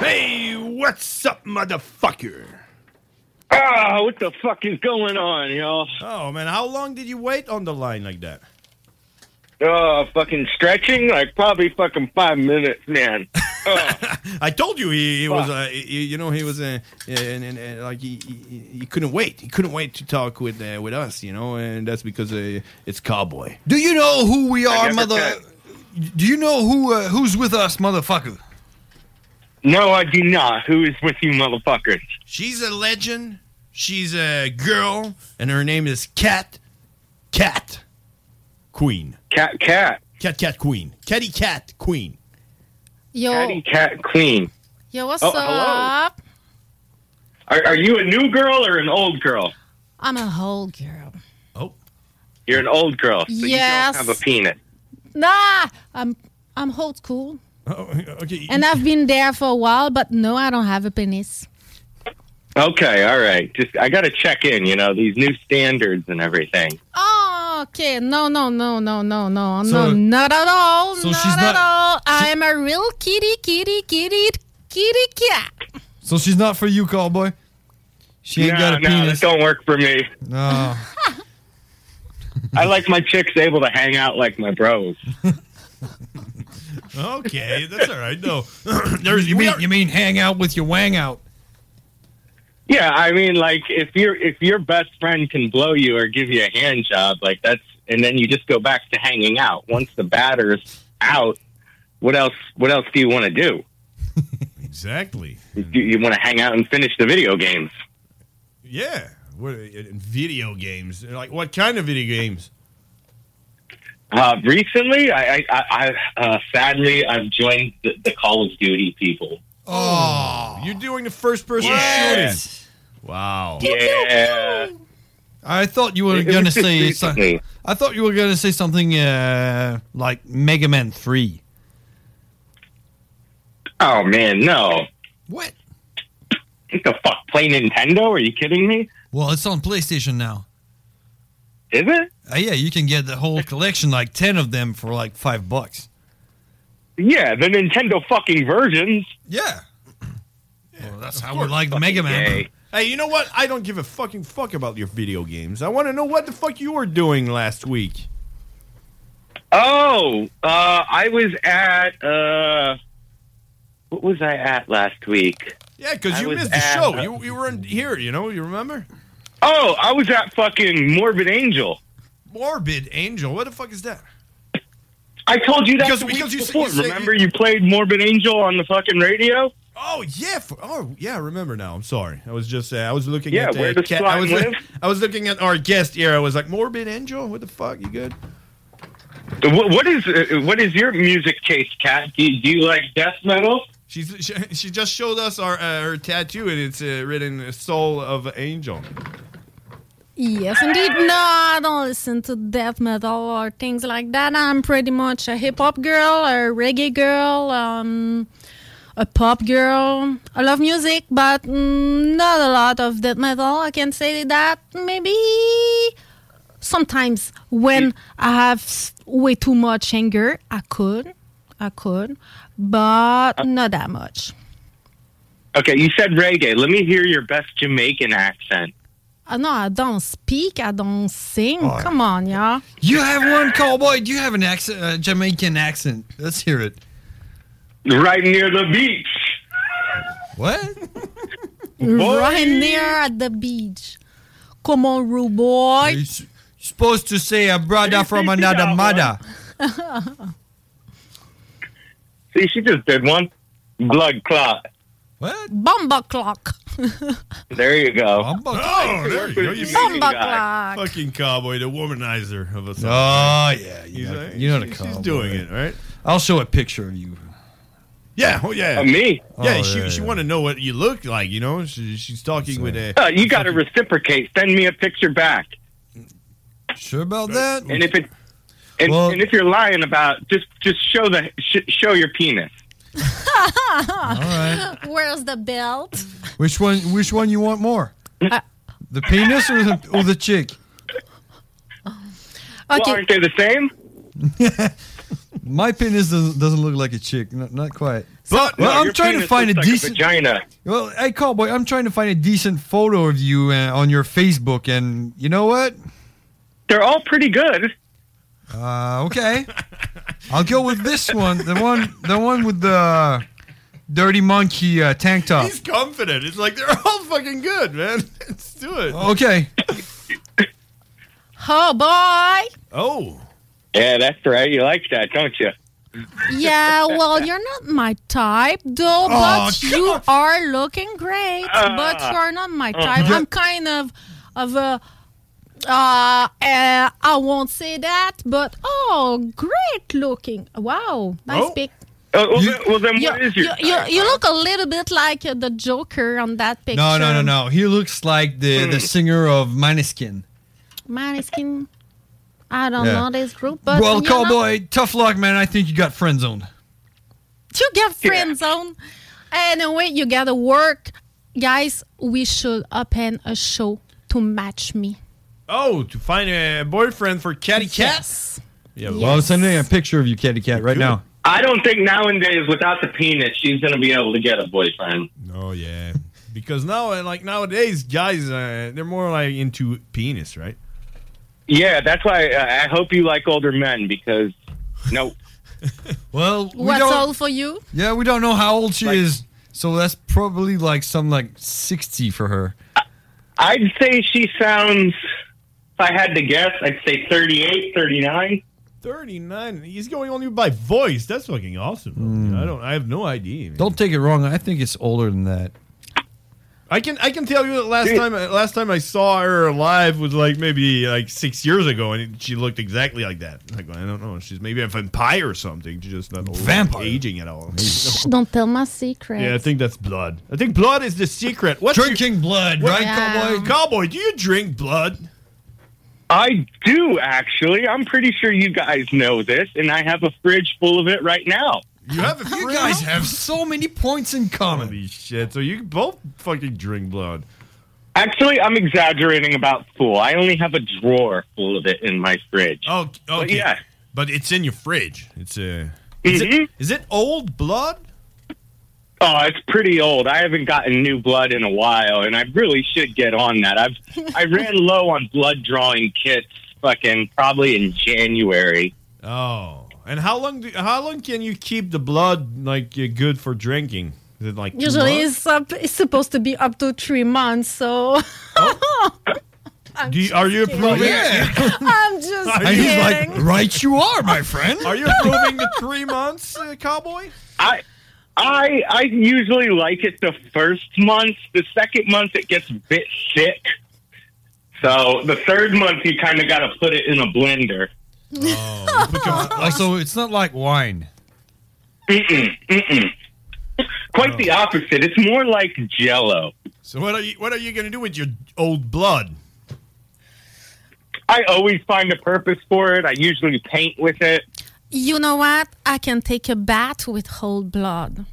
F: Hey, what's up, motherfucker?
A: Ah, what the fuck is going on, y'all?
F: Oh, man, how long did you wait on the line like that?
A: Oh, fucking stretching? Like, probably fucking five minutes, man.
F: I told you he, he was, uh, he, you know, he was, uh, and, and, and, like he, he, he couldn't wait. He couldn't wait to talk with uh, with us, you know, and that's because uh, it's cowboy.
I: Do you know who we
F: I
I: are,
F: never
I: mother? Do you know who uh, who's with us, motherfucker?
A: No, I do not. Who is with you, motherfuckers?
F: She's a legend. She's a girl, and her name is Cat. Cat. Queen.
A: Cat. Cat.
F: Cat. Cat. Queen. Catty. Cat. Queen.
C: Yo,
A: Patty Cat Queen.
C: yo, what's
A: Oh, hello.
C: up?
A: Are, are you a new girl or an old girl?
C: I'm a whole girl.
F: Oh,
A: You're an old girl. So
C: Yes.
A: You don't have a penis.
C: Nah, I'm I'm old school,
F: Oh, okay.
C: and I've been there for a while, but no, I don't have a penis.
A: Okay, all right. Just I got to check in. You know these new standards and everything.
C: Oh, okay. No, no, no, no, no, no,
A: So-
C: no, not at all.
A: so
C: not
A: she's
C: at
A: not-
C: all. I'm a real kitty, kitty, kitty, kitty cat.
I: So she's not for you, cowboy. She ain't
A: no,
I: got a
A: no,
I: penis.
A: that don't work for me.
I: No.
A: I like my chicks able to hang out like my bros.
F: Okay, that's all right. No,
I: you mean you mean hang out with your wang out?
A: Yeah, I mean, like if your if your best friend can blow you or give you a hand job, like that's, and then you just go back to hanging out. Once the batter's out, what else? What else do you want to do?
F: Exactly.
A: Do you want to hang out and finish the video games?
F: Yeah. What video games? Like what kind of video games?
A: Uh, recently, I, I, I, I uh, sadly, I've joined the, the Call of Duty people.
F: Oh, you're doing the first person
A: Yeah.
F: shooting. Wow.
A: Yeah.
I: I thought you were
A: It- it
I: gonna
A: was just
I: say. so-
A: recently.
I: I thought you were gonna say something uh, like Mega Man Three.
A: Oh man, no. What? What the fuck? Play Nintendo? Are you kidding me?
I: Well, it's on PlayStation now. Uh,
A: Is it?
I: yeah, you can get the whole collection, like ten of them, for like five bucks.
A: Yeah, the Nintendo fucking versions.
I: Yeah. Well, that's
F: how we like Mega
A: Man.
F: Hey. you know what? I don't give a fucking fuck about your video games. I want to know what the fuck you were doing last week.
A: Oh, uh, I was at uh, what was I at last week?
F: Yeah, because
A: I
F: you
A: was
F: missed the
A: at- uh,
F: show. You, you were in here, you know? You remember?
A: Oh, I was at fucking Morbid Angel.
F: Morbid Angel. What the fuck is that?
A: I told you that
F: Because-
A: the
F: because
A: week
F: you s-
A: before.
F: you say-
A: Remember, you played Morbid Angel on the fucking radio.
F: Oh yeah, for, oh yeah. I remember now. I'm sorry. I was just uh, I was looking
A: Yeah,
F: at uh,
A: where does
F: Cat-
A: slime
F: I was
A: live?
F: I was looking at our guest here. I was like Morbid Angel. What the fuck? You good?
A: What, what is uh, what is your music taste, Kat? Do you, do you like death metal?
F: She's she, she just showed us our uh, her tattoo and it's uh, written "Soul of an Angel."
C: Yes, indeed. No, I don't listen to death metal or things like that. I'm pretty much a hip hop girl, a reggae girl, um, a pop girl. I love music, but mm, not a lot of death metal. I can say that maybe sometimes when I have s- way too much anger, I could, I could, but not that much.
A: Okay, you said reggae. Let me hear your best Jamaican accent.
C: Uh, no, I don't speak. I don't sing. Come on, y'all.
I: You have one, cowboy. Do you have an accent, uh, Jamaican accent? Let's hear it.
A: Right near the beach.
I: What?
C: Right near at the beach. Come on, rude boy.
I: supposed to say a brother from another mother.
A: See, she just did one. Blood clot.
C: Bomba clock.
A: There you go.
F: Oh, there you go. You
C: Bomba clock.
F: Fucking cowboy, the womanizer of us.
I: Oh yeah, you
F: He's
I: know,
F: like-
I: you know the
F: she's-
I: cowboy.
F: She's doing it right.
I: I'll show a picture of you.
F: Yeah, oh yeah,
I: Uh, me?
F: Yeah,
I: Oh,
F: she
I: yeah,
F: she
I: yeah.
F: want to know what you look like. You know, she, she's talking with a.
A: Uh, you got to reciprocate. Send me a picture back.
I: Sure about that?
A: And if it, and, and if you're lying about, just just show the sh- show your penis.
C: Where's the belt? Uh,
I: Which one? Which one you want more? the penis or the, or the chick?
A: Well, aren't they the same?
I: My penis doesn't, doesn't look like a chick. Not, not quite.
A: But-
I: well,
A: No,
I: I'm
A: your
I: trying to
A: penis
I: find a
A: looks like a
I: decent
A: vagina.
I: Well, hey, cowboy, I'm trying to find a decent photo of you uh, on your Facebook, and you know what?
A: They're all pretty good.
I: Uh, okay, I'll go with this one. The one, the one with the dirty monkey uh, tank top.
F: He's confident. It's like they're all fucking good, man. Let's do it.
I: Okay.
C: Oh, boy.
F: Oh.
A: Yeah, that's right. You like that, don't you?
C: Yeah, well, you're not my type, though,
A: Oh,
C: but
A: come
C: you are looking great. but
A: Ah.
C: you are not my
A: Oh.
C: type. I'm kind of of a. Uh, uh, I won't say that, but oh, great looking! Wow, nice
A: Oh.
C: pic.
A: Uh, well, then, well, then what is
C: You,
A: your?
C: you, you look a little bit like uh, the Joker on that picture.
I: No, no, no, no. He looks like the
A: Hmm.
I: the singer of Maneskin.
C: Maneskin. I don't
I: Yeah.
C: know this group, but
I: well,
C: you know,
I: cowboy, tough luck, man. I think you got friend zoned.
C: you get friend zone. Anyway, you gotta work, guys. We should open a show to match me.
F: Oh, to find a boyfriend for Catty
C: Yes.
F: Cat. Yeah,
I: Well, I'm sending a picture of you, Kitty Cat, right now.
A: I don't think nowadays, without the penis, she's going to be able to get a boyfriend.
F: Oh yeah, because now uh, like nowadays guys uh, they're more like into penis, right?
A: Yeah, that's why uh, I hope you like older men because no.
I: Well, we
C: What's
I: don't-
C: all for you?
I: Yeah, we don't know how old she is, so that's probably like some like sixty for her.
A: I'd say she sounds. If I had to guess, I'd say 38, 39.
F: Thirty nine. He's going only by voice. That's fucking awesome. I don't. I have no idea. man.
I: Don't take it wrong. I think it's older than that.
F: I can. I can tell you that last time. uh, Last time I saw her live was like maybe like six years ago, and she looked exactly like that. Like I don't know. She's maybe a vampire or something. She's just not vampire aging at all.
C: Don't tell my secret.
F: Yeah, I think that's blood. I think blood is the secret. What's
I: Drinking blood,
F: What-
I: right,
F: Yeah.
I: cowboy?
F: Cowboy, do you drink blood?
A: I do actually. I'm pretty sure you guys know this, and I have a fridge full of it right now.
F: You have. A
I: you guys have so many points in common.
F: Holy shit! So you both fucking drink blood.
A: Actually, I'm exaggerating about full. I only have a drawer full of it in my fridge.
F: Oh, okay.
A: But yeah.
F: But it's in your fridge. It's uh, is, it, is it old blood?
A: Oh, it's pretty old. I haven't gotten new blood in a while, and I really should get on that. I've I ran low on blood drawing kits, fucking probably in January.
F: Oh, and how long? Do, how long can you keep the blood like uh, good for drinking? Is it like two
C: Usually
F: months?
C: it's, up, it's supposed to be up to three months, so.
F: Do you, are you approving?
C: I'm just
F: Are you
C: kidding.
F: right,
I: you are, my friend.
F: Are you approving the three months, uh, cowboy?
A: I I I usually like it the first month. The second month it gets a bit thick. So the third month you kind of got to put it in a blender.
I: Oh, so it's not like wine.
A: Mm-mm, mm-mm. Quite the opposite. It's more like Jello.
F: So what are you? What are you going to do with your old blood?
A: I always find a purpose for it. I usually paint with it.
C: You know what? I can take a bath with whole blood.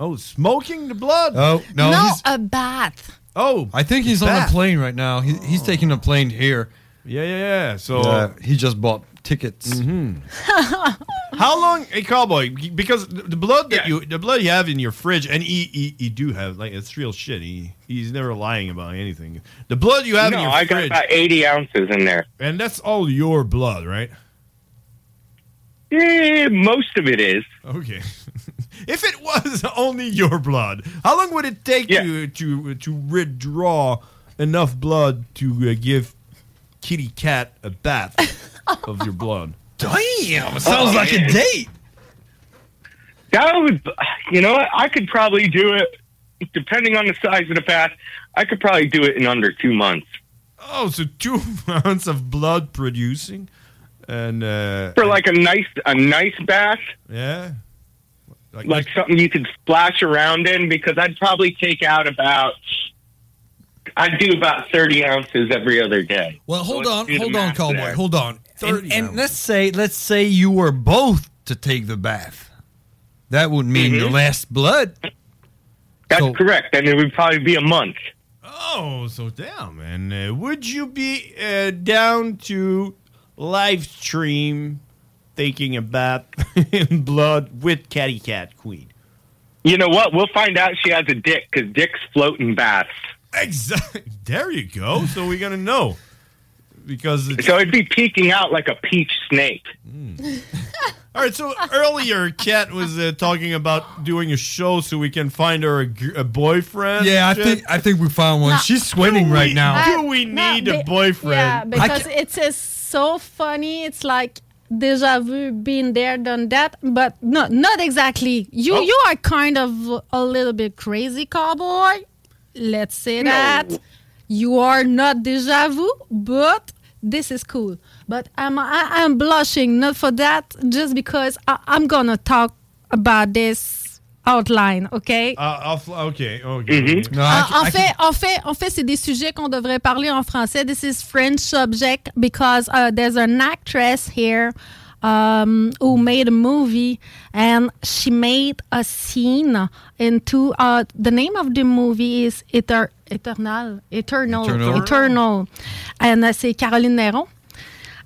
F: Oh, smoking the blood.
I: Oh no, he's-
C: a bath.
F: Oh,
I: I think he's on
C: back.
I: a plane right now. He, he's taking a plane here.
F: Yeah, yeah, yeah. So
I: Uh, he just bought tickets.
F: How long, hey cowboy? Because the the blood that you, the blood you have in your fridge, and he, he, he do have like it's real shit. He, he's never lying about anything. The blood you have
A: no,
F: in your
A: I got
F: fridge,
A: about eighty ounces in there.
F: and that's all your blood, right?
A: Yeah, Eh, most of it is.
F: Okay. if it was only your blood, how long would it take you to to withdraw enough blood to uh, give kitty cat a bath of your blood?
A: Oh,
I: Damn, sounds like a date.
A: That would, you know, what? I could probably do it. Depending on the size of the bath, I could probably do it in under two months.
F: Oh, so two months of blood producing, and uh,
A: For like a nice, a nice bath,
F: yeah.
A: like, something you could splash around in, because I'd probably take out about, I'd do about thirty ounces every other day.
I: Well, hold
A: let's
I: on,
A: do the
I: hold on,
A: math
I: cowboy,
A: there.
I: hold on. And, and let's say, let's say you were both to take the bath. That would mean your last blood.
A: Mm-hmm. That's correct, and it would probably be a month.
F: Oh, so damn, man. Uh, would you be uh, down to live stream taking a bath in blood with Catty Cat Queen?
A: You know what? We'll find out she has a dick because dicks float in baths.
F: Exactly. There you go. So we're gonna know because it's-
A: so it'd be peeking out like a peach snake.
F: All right, so earlier Cat was uh, talking about doing a show so we can find her a, g- a boyfriend.
I: Yeah, I
F: Shit.
I: think I think we found one.
F: No.
I: She's sweating right now.
F: Do we
C: No,
F: need a
C: be-
F: boyfriend?
C: Yeah,
I: I
C: because it's uh, so funny. It's like deja vu, been there, done that. But no, not exactly. You
A: Oh.
C: you are kind of a little bit crazy, cowboy. Let's say
A: No.
C: that you are not deja vu, but this is cool. But I'm I, I'm blushing not for that, just because I, I'm gonna talk about this outline. Okay.
F: Uh, off, okay, okay.
I: No,
C: Ah, en, fait, en fait, en fait, c'est des sujets qu'on devrait parler en français. This is French subject because uh, there's an actress here um, who made a movie and she made a scene into uh, the name of the movie is Eter- Eternal, Eternal,
I: Eternal.
C: Eternal, and uh, c'est Caroline Néron.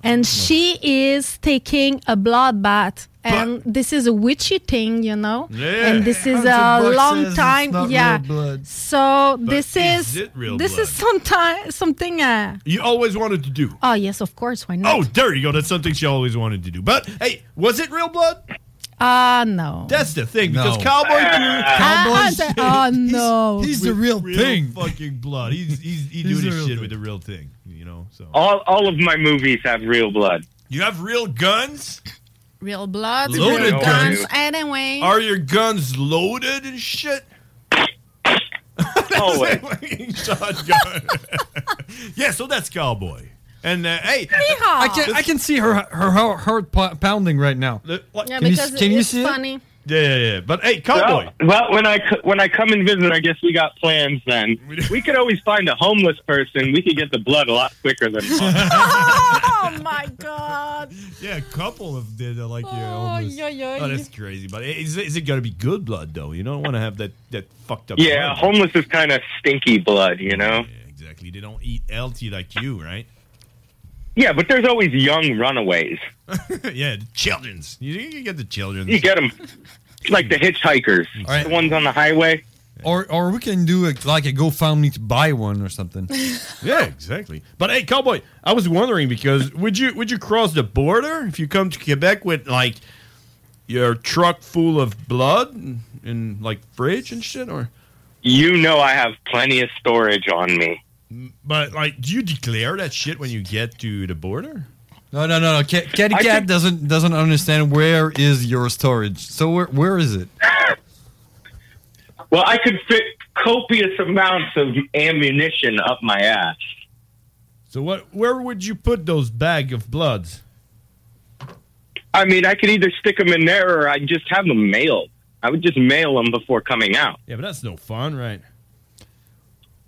C: And she is taking a blood bath. And this is a witchy thing, you know.
F: Yeah.
C: And this is a
I: Hundred bucks says
C: long
I: it's
C: time.
I: not
C: yeah.
I: real blood.
C: So
F: But
C: this
F: is
C: is,
F: it real
C: this
F: blood?
C: is sometime something. Uh,
F: You always wanted to do.
C: oh yes, of course. Why
F: Oh,
C: not?
F: there you go. That's something she always wanted to do. But hey, was it real blood?
C: Ah no.
F: That's the thing because
I: No.
F: cowboy.
C: Ah,
F: Cowboy.
C: ah, ah, no.
I: he's the real thing.
F: Fucking blood. He's he's he doing his shit with the real thing. You know. So
A: All all of my movies have real blood.
F: you have real guns.
C: real blood,
F: Loaded
C: real guns.
F: guns.
C: Anyway,
F: Are your guns loaded and shit?
A: Always.
F: Shotgun. yeah. So that's cowboy. And uh, hey,
C: Yeehaw.
I: I can I can see her her her heart pu- pounding right now.
F: The- what-
C: yeah,
I: Can you
C: because
I: s- can you
C: it's
I: see it?
C: funny.
O: Yeah, yeah, yeah. But hey, cowboy.
A: Well, well, when I c- when I come and visit, I guess we got plans. Then we could always find a homeless person. We could get the blood a lot quicker than.
C: oh my god!
F: Yeah, a couple of did uh, like you.
C: Oh, yo, yo.
F: Oh, that's crazy. But is, is it going to be good blood though? You don't want to have that that fucked up.
A: yeah,
F: blood.
A: homeless is kind of stinky blood, you know.
F: Exactly. They don't eat LT like you, right?
A: Yeah, but there's always young runaways.
F: yeah, the children's. You, you get the children's.
A: You get them, like the hitchhikers, the ones on the highway.
I: Or, or we can do a, like a GoFundMe to buy one or something.
F: yeah, exactly. But hey, cowboy, I was wondering because would you would you cross the border if you come to Quebec with like your truck full of blood and, and like fridge and shit, or
A: You know, I have plenty of storage on me.
F: but like do you declare that shit when you get to the border?
I: No, no, no, no. Ca- Caddy
F: I think-
I: Cat doesn't doesn't understand where is your storage. So where where is it?
A: Well, I could fit copious amounts of ammunition up my ass.
F: So what? Where would you put those bag of bloods?
A: I mean, I could either stick them in there or I just have them mailed. I would just mail them before coming out.
F: Yeah, but that's no fun, right?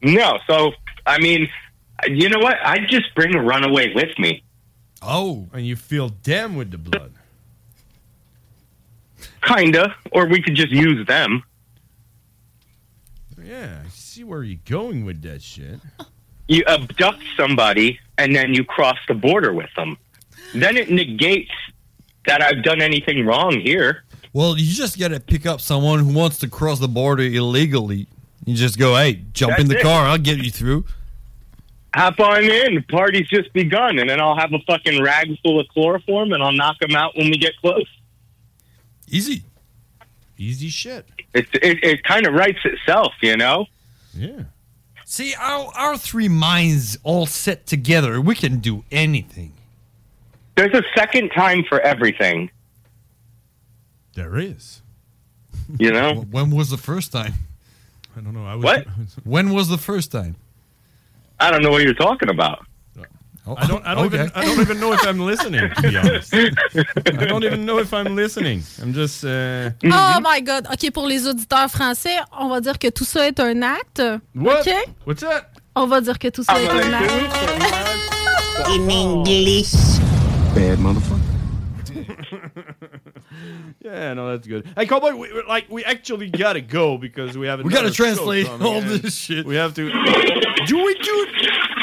A: No, so I mean, you know what? I'd just bring a runaway with me.
F: Oh, and you feel them with the blood.
A: Kinda, or we could just use them.
F: Yeah, I see where you're going with that shit.
A: You abduct somebody and then you cross the border with them. Then it negates that I've done anything wrong here.
I: Well, you just gotta pick up someone who wants to cross the border illegally. You just go, hey, jump in the
A: That's it.
I: car, I'll get you through.
A: Hop on in. Party's just begun, and then I'll have a fucking rag full of chloroform, and I'll knock them out when we get close.
I: Easy.
F: Easy shit.
A: It it, it kind of writes itself, you know.
F: Yeah.
I: See, our our three minds all set together, we can do anything.
A: There's a second time for everything,
F: There is.
A: you know.
I: When was the first time?
F: I don't know. I was,
A: What?
I: When was the first time?
A: I don't know what you're talking about.
F: I don't. I don't, even, I don't even know if I'm listening. To be honest, I don't even know if I'm listening. I'm just. Uh,
C: Oh my god! OK, pour les auditeurs français, on va dire que tout ça est un acte.
F: What?
C: OK?
F: What's that?
C: On va dire que tout ça est un acte.
P: In English.
E: Bad motherfucker.
F: Yeah, no, that's good. Hey, Cowboy, we, we- like we actually gotta go because we have.
I: We gotta
F: another show
I: translate
F: coming,
I: all
F: and
I: this shit.
F: We have to. Do we do?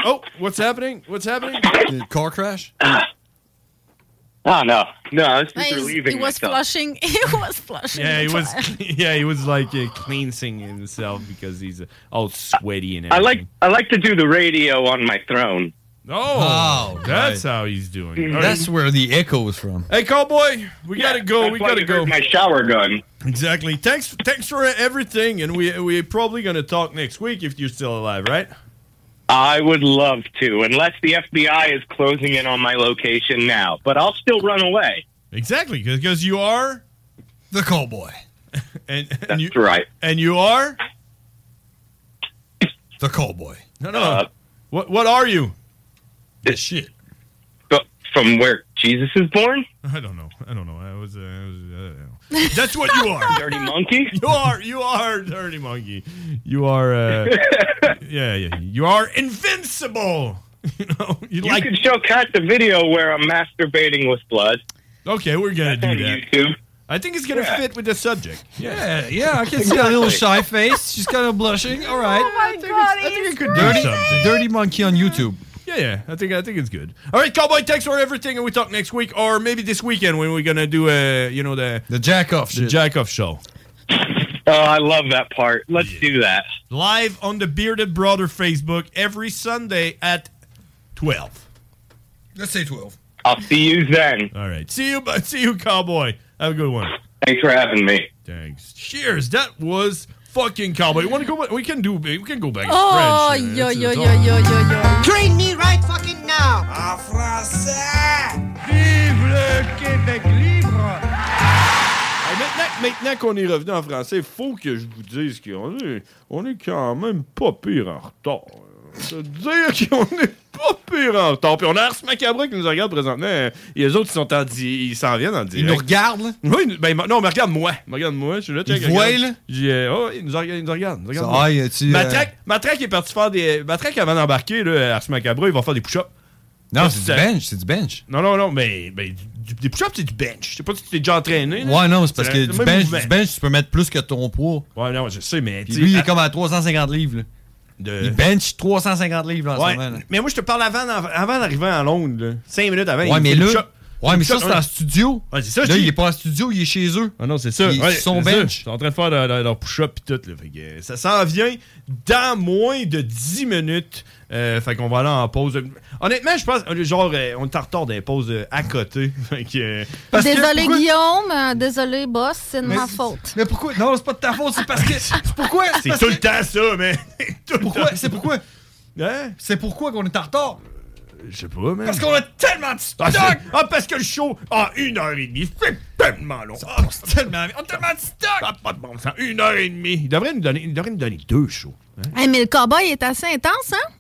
F: Oh, what's happening? What's happening?
I: car crash.
A: Oh no, no, I was just
C: Hey,
A: relieving
C: he was
A: myself.
C: flushing. He was flushing.
F: Yeah,
C: the
F: he was.
C: trash.
F: Yeah, he was like uh, cleansing himself because he's uh, all sweaty and.
A: I
F: Everything.
A: like I like to do the radio on my throne.
F: Oh,
I: Oh,
F: that's
I: right.
F: how he's doing. it. All right.
I: That's where the echo is from.
F: Hey, cowboy, we gotta go.
A: that's
F: We
A: why
F: gotta
A: you
F: go.
A: heard my shower gun.
F: Exactly. Thanks. Thanks for everything, and we we're probably gonna talk next week if you're still alive, right?
A: I would love to, unless the FBI is closing in on my location now. But I'll still run away.
F: Exactly, because you are
I: the cowboy,
F: and, and
A: That's
F: you
A: right.
F: and you are
I: the cowboy.
F: no no. what what are you?
A: Uh, This
I: shit.
A: But from where Jesus is born?
F: I don't know. I don't know. I was. Uh, I was I don't know. That's what you are.
A: Dirty monkey.
F: You are. You are dirty monkey. You are. Uh, yeah, yeah. You are invincible.
A: You, can show Kat the video where I'm masturbating with blood.
F: Okay, we're gonna
A: That's
F: do
A: on
F: that.
A: YouTube.
F: I think it's gonna
A: Yeah.
F: fit with the subject.
I: Yeah, yeah, I can see that little shy face. She's kind of blushing. All right.
C: Oh my god! I think
F: could
I: Dirty,
F: something.
I: dirty monkey on YouTube.
F: Yeah, yeah. I think I think it's good. All right, cowboy. Thanks for everything, and we talk next week, or maybe this weekend when we're gonna do a you know the
I: the jack off
F: the jack off show
A: Oh, I love that part. Let's do that.
F: live on the Bearded Brother Facebook every Sunday at twelve.
I: Let's say twelve.
A: I'll see you then.
F: All right. See you, bu- see you, cowboy. Have a good one.
A: Thanks for having me.
F: Thanks. Cheers. That was fucking cowboy. You want to go? back- We can do. We can go back. in
C: Oh,
F: French. Uh,
C: yo,
F: it's-
C: yo,
F: it's
C: yo,
F: all-
C: yo, yo, yo.
P: Train me right fucking now. En français. Vive le Québec libre.
F: Hey, maintenant, maintenant qu'on est revenu en français, faut que je vous dise qu'on est, on est quand même pas pire en retard. Se dire qu'on est pas pire en retard. Puis on a Ars Macabre qui nous regarde présentement. Et les autres, ils sont en di- Ils s'en viennent en direct.
I: nous regardent,
F: là? Oui, ben, non, mais regarde-moi. Regarde-moi, je suis là. check,
I: Ils voient,
F: regarde.
I: là?
F: J'ai, euh, oh, ils nous regardent. Ils nous regardent,
I: Ça,
F: regarde-moi.
I: ah, y a-tu, euh,
F: Matraque, Matraque est parti faire des. Matraque, avant d'embarquer, là, Ars Macabre, il va faire des push-ups.
I: Non, c'est du bench,
F: c'est du bench. Non, non, non, mais, mais du- des push-ups, c'est du bench. Je sais pas si tu t'es déjà entraîné. là.
I: Ouais, non, c'est parce que
F: le- le
I: du
F: même
I: bench,
F: mouvement.
I: du bench, tu peux mettre plus que ton poids.
F: Ouais, non, je sais, mais. tu
I: Puis
F: sais,
I: lui, il
F: à-
I: est comme à 350 livres. là. Il bench 350 livres en
F: Ouais,
I: ce moment. là.
F: mais moi, je te parle avant, d'en- avant d'arriver en Londres. là. Cinq minutes avant.
I: Ouais,
F: il
I: mais
F: fait
I: là.
F: le choc.
I: Ouais,
F: Le
I: mais ça,
F: choc,
I: c'est
F: ouais.
I: en studio.
F: Ouais, c'est ça, je
I: Là,
F: dis.
I: il est pas en studio, il est chez eux.
F: Ah non, c'est ça.
I: Ils
F: ouais,
I: sont
F: c'est ça.
I: bench.
F: Ils sont en train de faire leur, leur- leur push-up et tout. là. Fait que, euh, ça s'en vient dans moins de 10 minutes. Euh, fait qu'on va aller en pause. Honnêtement, je pense, euh, genre, euh, on est en retard des pauses euh, à côté. Fait que, euh, parce que-
C: Désolé, Guillaume. euh, Désolé, boss. C'est de
F: Mais-
C: ma faute.
I: Mais pourquoi? Non, c'est pas de ta faute. C'est parce que. C'est pourquoi?
F: C'est tout le temps ça, mais.
I: Pourquoi? C'est pourquoi?
F: C'est
I: pourquoi qu'on est en retard?
F: Je sais pas, man.
I: Parce qu'on a
F: tellement de stock! Ah, parce que le show, en une heure et demie, c'est tellement long! Ah, c'est tellement... On a tellement de stock! Ah, pas de bon sens. Une heure et demie! Il devrait nous donner, il devrait nous donner deux shows. hein?
C: Hey, mais le cowboy est assez intense, hein?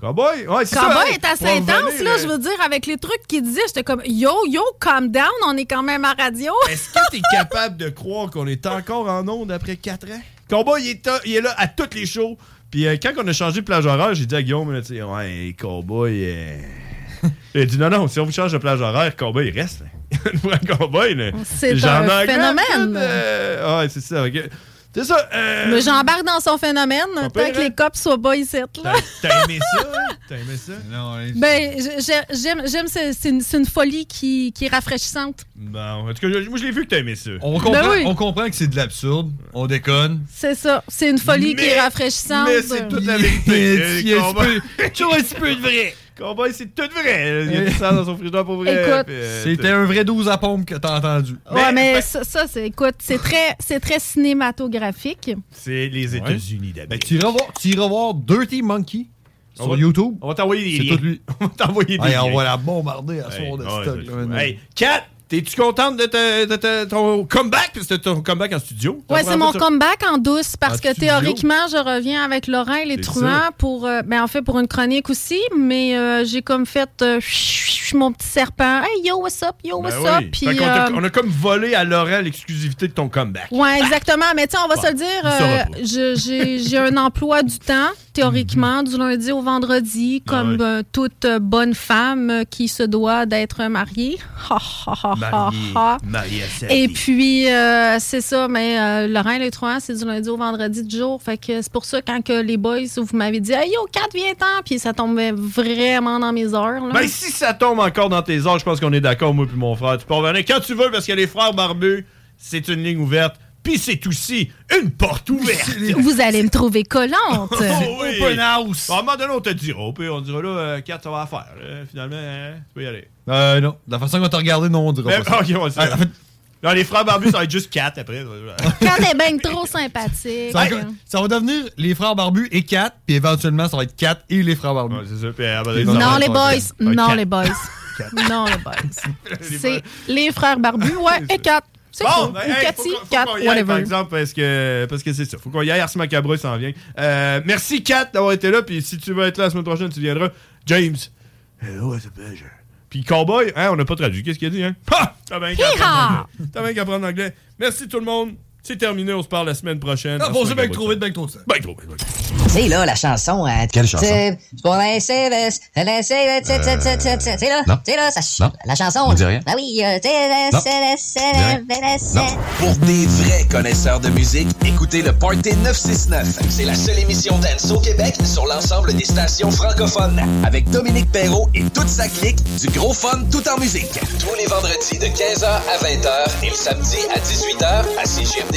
F: Cowboy? Ouais, c'est ça,
C: Cowboy
F: hein?
C: est assez
F: Pour revenir,
C: intense, là,
F: euh,
C: je veux dire, avec les trucs qu'il disait, j'étais comme Yo, yo, calm down, on est quand même à radio.
F: Est-ce que t'es capable de croire qu'on est encore en onde après 4 ans? Combat, il est, à- il est là à toutes les shows. Puis euh, quand on a changé de plage horaire, j'ai dit à Guillaume, là, tu sais, ouais, Cowboy. euh. il a dit non, non, si on vous change de plage horaire, Cowboy, il reste. Pour un Cowboy, là.
C: C'est
F: J'en
C: un
F: ai
C: phénomène.
F: Euh, ouais, c'est ça. ok. C'est ça. euh,
C: Mais j'embarque dans son phénomène,
F: pire,
C: tant que
F: hein?
C: les cops soient pas ici. là.
F: T'as aimé ça? hein? T'as aimé ça? Non,
C: Ben, j'ai- j'ai- j'aime, j'aime, c'est, c'est une, c'est une folie qui, qui est rafraîchissante.
F: en tout cas, je- moi, je l'ai vu que t'as aimé ça.
I: On comprend, on comprend que c'est de l'absurde. On déconne.
C: C'est ça, c'est une folie qui est
F: Mais-
C: rafraîchissante.
F: Mais c'est toute la vérité.
I: Il y a un petit
F: Toujours un petit peu de vrai. Cowboy, c'est tout vrai. Il y a du sang dans son frigidaire pour vrai.
C: Écoute.
F: Puis, euh,
I: C'était un vrai 12 à pompe que t'as entendu.
C: Ouais, mais, ça, ça, c'est, écoute, c'est très, c'est très cinématographique.
F: C'est les États-Unis d'abord.
I: Ben, tu iras voir, tu iras voir Dirty Monkey
F: On
I: sur
F: va-
I: YouTube.
F: On va t'envoyer des
I: C'est
F: liens.
I: tout lui.
F: On va t'envoyer des
I: Hey,
F: liens.
I: on va la bombarder à soir de
F: ouais,
I: stock.
F: c'est
I: là,
F: fou.
I: maintenant.
F: Hey, Kat, t'es-tu contente de, te- de te- ton comeback? Puis c'était ton comeback en studio.
C: Ouais, c'est mon comeback en douce parce
F: En
C: que
F: Ah, studio.
C: théoriquement, je reviens avec Laurent et les
F: C'est
C: truands
F: ça.
C: pour, euh, ben, en fait, pour une chronique aussi, mais euh, j'ai comme fait euh, chut, chut, mon petit serpent. Hey, yo, what's up? Yo,
F: Ben
C: what's up? Puis,
F: on,
C: euh,
F: a comme volé à Laurent l'exclusivité de ton comeback.
C: Ouais, exactement. Mais tu sais, on va
F: Bah,
C: se le dire,
F: il saura
C: euh, je- j'ai j'ai un emploi du temps, théoriquement,
F: Mhm.
C: du lundi au vendredi, comme
F: ouais.
C: euh, toute euh, bonne femme euh, qui se doit d'être mariée. Ha, ha, ha, ha,
F: Marié,
C: ha.
F: marié à sa
C: Ah, Et
F: vie.
C: puis, euh, c'est ça, mais euh, Laurent et les trois, c'est du lundi au vendredi du jour. Fait que c'est pour ça, quand que les boys, vous m'avez dit, hey yo, 4 viens-t'en, puis ça tombait vraiment dans mes heures. là.
F: Ben, si ça tombe encore dans tes heures, je pense qu'on est d'accord, moi puis mon frère. Tu peux revenir quand tu veux parce que les frères barbus, c'est une ligne ouverte. Puis c'est aussi une porte ouverte.
C: vous allez me trouver collante.
F: Oh, Open house. À un moment donné, on te dira. Puis on dira là, euh, Kat, ça va à faire. là. finalement, hein, tu peux y aller.
I: Euh, non. De la façon qu'on t'a regardé, non, on dira
F: Ben,
I: pas ça.
F: ok, on
C: Ah,
F: sait. Non, les frères barbus, ça va être juste 4 après.
C: Quand t'es bien trop
F: ah,
C: sympathique. Ben,
I: Ça, va- ça va devenir les frères barbus et 4, puis éventuellement, ça va être 4 et les frères barbus.
F: c'est ça. Puis,
C: Non, les boys. Non, les boys.
I: Quatre.
C: Non, les boys. C'est les frères barbus. Ouais, et quatre. C'est
F: Bon,
C: cool.
F: ben,
C: Ou
F: hey,
C: Cathy,
F: faut qu'on- faut
C: quatre,
F: qu'on y aille, par
C: whatever.
F: exemple, parce que parce que c'est ça. Faut qu'on y aille. Ars Macabre s'en vient. Euh, merci, Kat, d'avoir été là. Puis si tu veux être là la semaine prochaine, tu viendras. James. Hello, it's a pleasure. Puis Cowboy, hein, on n'a pas traduit. Qu'est-ce qu'il a dit, hein? Ha! T'as bien qu'à
I: Hi-ha!
F: apprendre l'anglais. T'as bien qu'à apprendre l'anglais. Merci tout le monde. C'est terminé. On se parle la semaine prochaine.
I: Ah, bon, c'est bien que
F: trop vite, bien trop vite. Ben trop vite.
B: C'est là la chanson. hein.
F: Quelle chanson?
B: C'est pour un service, un service, c'est c'est- c'est- c'est- c'est- c'est là,
N: Non.
B: c'est là, ça ch-
N: Non.
B: la chanson.
N: On dit
B: là.
N: rien.
B: Ah oui, euh, c'est là,
N: Non.
B: c'est là, c'est
N: On dit
B: là,
N: rien.
B: c'est là, c'est
N: Non. Pour des vrais connaisseurs de musique, écoutez le Party 969. C'est la seule émission dance au Québec sur l'ensemble des stations francophones. Avec Dominique Perrault et toute sa clique, du gros fun tout en musique. Tous les vendredis de 15h à 20h et le samedi à 18h à CGMD